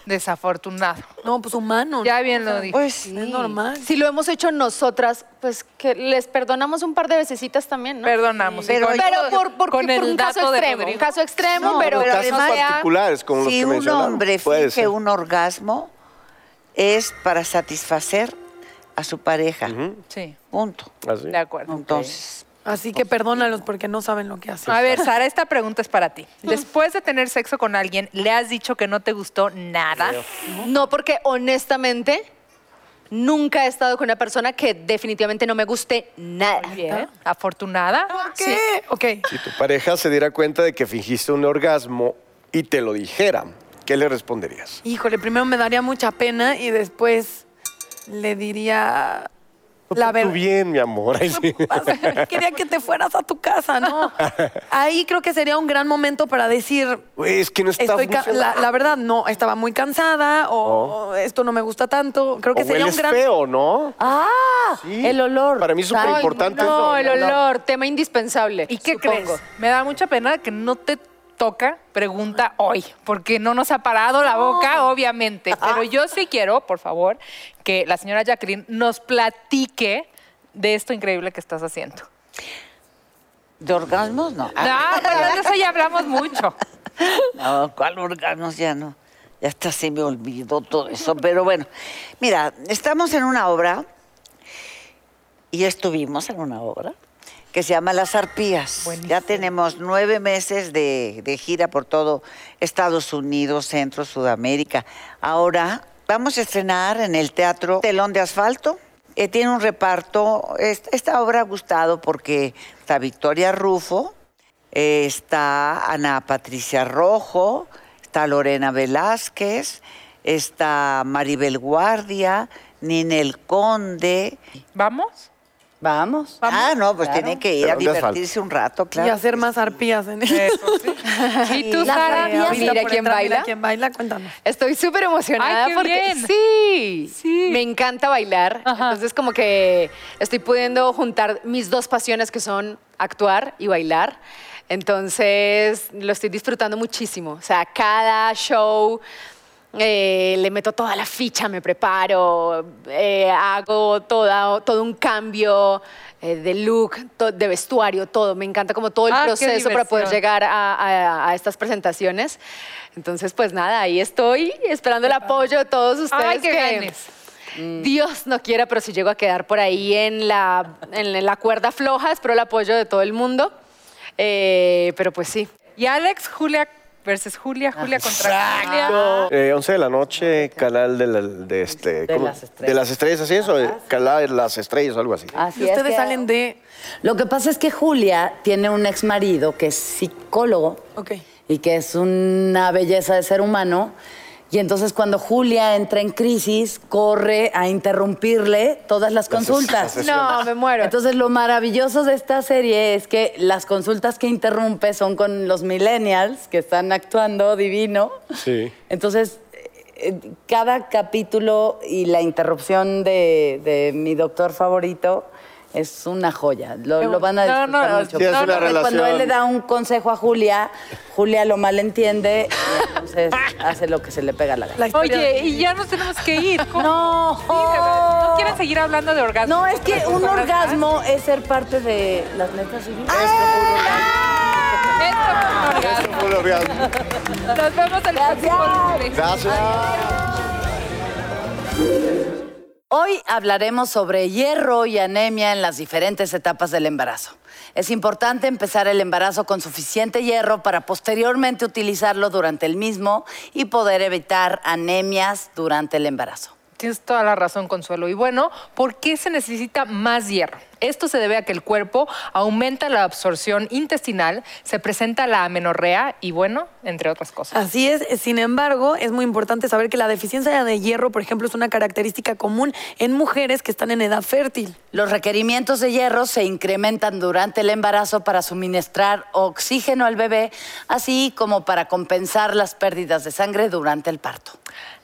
C: Desafortunado.
A: No, pues humano.
C: Ya bien lo dije.
E: Pues
A: Es normal.
G: si lo hemos hecho nosotras, pues que les perdonamos un par de vecesitas también, ¿no?
C: Perdonamos.
E: Pero-
C: Y con-
G: Pero por, por-
C: con
G: por
C: el
G: un caso
C: dato de
G: extremo, un
C: Rodrigo.
G: caso extremo,
E: No,
G: pero,
E: pero
G: que
F: Casos
G: no sea-
F: particulares como los
E: si
F: que
E: un
F: mencionaron.
E: hombre
F: Puede
E: finge
F: ser.
E: un orgasmo, es para satisfacer a su pareja.
C: Sí,
E: Punto.
F: Así.
C: de acuerdo.
E: Entonces,
A: Así que perdónalos porque no saben lo que hacen.
C: A ver, Sara, esta pregunta es para ti. Después de tener sexo con alguien, ¿le has dicho que no te gustó nada?
G: No, porque honestamente nunca he estado con una persona que definitivamente no me guste nada.
C: Bien. ¿Ah? ¿Afortunada?
A: ¿Qué? Ok.
F: Si tu pareja se diera cuenta de que fingiste un orgasmo y te lo dijera, ¿qué le responderías?
A: Híjole, primero me daría mucha pena y después le diría la
F: Tú
A: verdad.
F: bien, mi amor. Ay, sí.
A: Quería que te fueras a tu casa, ¿no? Ahí creo que sería un gran momento para decir,
F: Güey, es que no está
A: estoy ca- la,
F: funcionando.
A: la verdad, no, estaba muy cansada o esto no me gusta tanto. Creo que
F: O
A: sería un
F: hueles
A: gran...
F: feo, ¿no?
B: Ah,
F: Sí.
B: el olor.
F: Para mí es súper importante
G: No,
F: eso.
G: el olor, tema indispensable.
C: ¿Y qué
G: supongo.
C: crees? Me da mucha pena que no te toca pregunta hoy, porque no nos ha parado la boca, obviamente. Pero yo sí quiero, por favor, que la señora Jacqueline nos platique de esto increíble que estás haciendo.
E: ¿de orgasmos no?
C: Ah, bueno, de eso ya hablamos mucho.
E: No, ¿cuál órganos? Ya no. Ya hasta se me olvidó todo eso. Pero bueno, mira, estamos en una obra y estuvimos en una obra que se llama Las Arpías. Ya tenemos nueve meses de, de gira por todo Estados Unidos, Centro, Sudamérica. Ahora vamos a estrenar en el Teatro Telón de Asfalto. Eh, tiene un reparto, es- esta obra ha gustado porque está Victoria Rufo, eh, está Ana Patricia Rojo, está Lorena Velázquez, está Maribel Guardia, Ninel Conde.
C: ¿Vamos?
B: Vamos.
E: Ah, no, pues
B: claro.
E: tiene que ir a
F: Pero ¿dónde falta?
E: divertirse un rato, claro.
A: Y hacer más arpías en
D: Eh,
A: el...
C: ¿Y tú,
G: Las
C: Sara?
G: arpías.
A: Ahorita
G: Mira
A: por
G: quién
A: entrar,
G: baila.
A: Mira quién baila, cuéntanos.
G: Estoy súper emocionada
C: Ay, qué
G: porque
C: bien.
G: Sí,
C: Sí.
G: me encanta bailar.
C: Ajá.
G: Entonces como que estoy pudiendo juntar mis dos pasiones que son actuar y bailar. Entonces lo estoy disfrutando muchísimo. O sea, cada show eh, le meto toda la ficha, me preparo, eh, hago toda, todo un cambio eh, de look, to- de vestuario, todo. Me encanta como todo el
C: Ah, qué
G: proceso para poder
C: diversión.
G: llegar llegar a, a- a estas presentaciones. Entonces, pues nada, ahí estoy esperando el apoyo de todos ustedes.
C: Ay, qué
G: que
C: ganes. Mm.
G: Dios no quiera, pero si llego a quedar por ahí en la, en la cuerda floja, espero el apoyo de todo el mundo. Eh, pero pues sí,
C: Y Alex, Julia versus Julia, Julia contra Julia.
F: Eh, 11 de la noche, canal de, la- de este,
B: De
F: ¿cómo?
B: las estrellas.
F: De las estrellas, así es, o de canal de las estrellas, o algo así.
B: Así
A: Y
B: es
A: ustedes
B: que-
A: salen de...
B: Lo que pasa es que Julia tiene un ex marido que es psicólogo
A: Ok.
B: y que es una belleza de ser humano. Y entonces cuando Julia entra en crisis, corre a interrumpirle todas
F: Las
B: las
F: ses-
B: consultas.
F: las sesiones.
G: no, me muero.
B: Entonces lo maravilloso de esta serie es que las consultas que interrumpe son con los millennials que están actuando divino.
F: Sí.
B: Entonces eh, cada capítulo y la interrupción de, de mi doctor favorito es una joya. Lo, lo van a
C: No,
B: disfrutar
C: no, no,
B: mucho.
F: Sí, es una
B: Porque Cuando él
F: relación.
B: le da un consejo a Julia, Julia lo malentiende y entonces hace lo que se le pega a la gana.
A: La historia
C: Oye,
A: de-
C: y ya nos tenemos que ir. ¿Cómo?
B: No.
C: Sí, de verdad. ¿No quieren seguir hablando de orgasmo?
B: No, es que un orgasmo es ser parte de las netas y
C: Ah, Esto fue un orgasmo.
F: Eso fue lo real.
C: Nos vemos el próximo lunes.
F: Gracias.
B: Hoy hablaremos sobre hierro y anemia en las diferentes etapas del embarazo. Es importante empezar el embarazo con suficiente hierro para posteriormente utilizarlo durante el mismo y poder evitar anemias durante el embarazo.
C: Tienes toda la razón, Consuelo. Y bueno, ¿por qué se necesita más hierro? Esto se debe a que el cuerpo aumenta la absorción intestinal, se presenta la amenorrea y bueno, entre otras cosas.
A: Así es, sin embargo, es muy importante saber que la deficiencia de hierro, por ejemplo, es una característica común en mujeres que están en edad fértil.
B: Los requerimientos de hierro se incrementan durante el embarazo para suministrar oxígeno al bebé, así como para compensar las pérdidas de sangre durante el parto.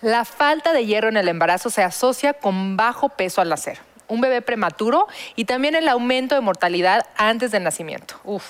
C: La falta de hierro en el embarazo se asocia con bajo peso al nacer, un bebé prematuro y también el aumento de mortalidad antes del nacimiento. Uf.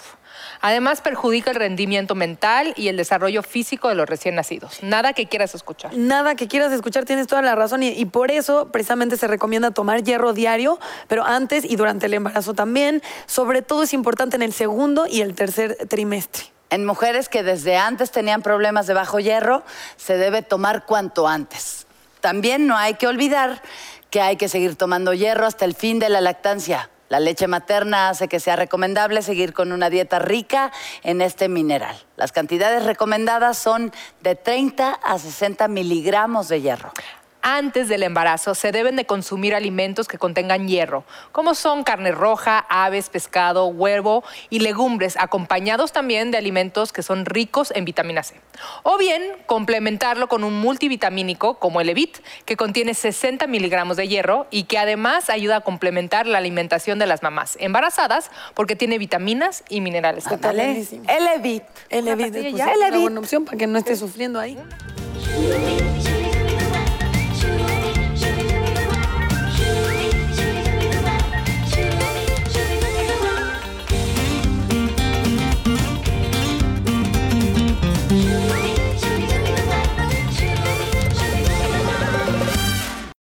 C: Además, perjudica el rendimiento mental y el desarrollo físico de los recién nacidos. Nada que quieras escuchar.
A: Nada que quieras escuchar, tienes toda la razón y, y por eso precisamente se recomienda tomar hierro diario, pero antes y durante el embarazo también. Sobre todo es importante en el segundo y el tercer trimestre.
B: En mujeres que desde antes tenían problemas de bajo hierro, se debe tomar cuanto antes. También no hay que olvidar que hay que seguir tomando hierro hasta el fin de la lactancia. La leche materna hace que sea recomendable seguir con una dieta rica en este mineral. Las cantidades recomendadas son de 30 a 60 miligramos de hierro.
C: Antes del embarazo se deben de consumir alimentos que contengan hierro, como son carne roja, aves, pescado, huevo y legumbres, acompañados también de alimentos que son ricos en vitamina C. O bien complementarlo con un multivitamínico como el Evit, que contiene 60 miligramos de hierro y que además ayuda a complementar la alimentación de las mamás embarazadas porque tiene vitaminas y minerales.
A: Buenísimo.
B: El Evit.
A: El Evit,
C: pastilla
A: pues,
C: ya,
A: es una
B: Elevit.
A: buena opción para que no estés sufriendo ahí.
J: Thank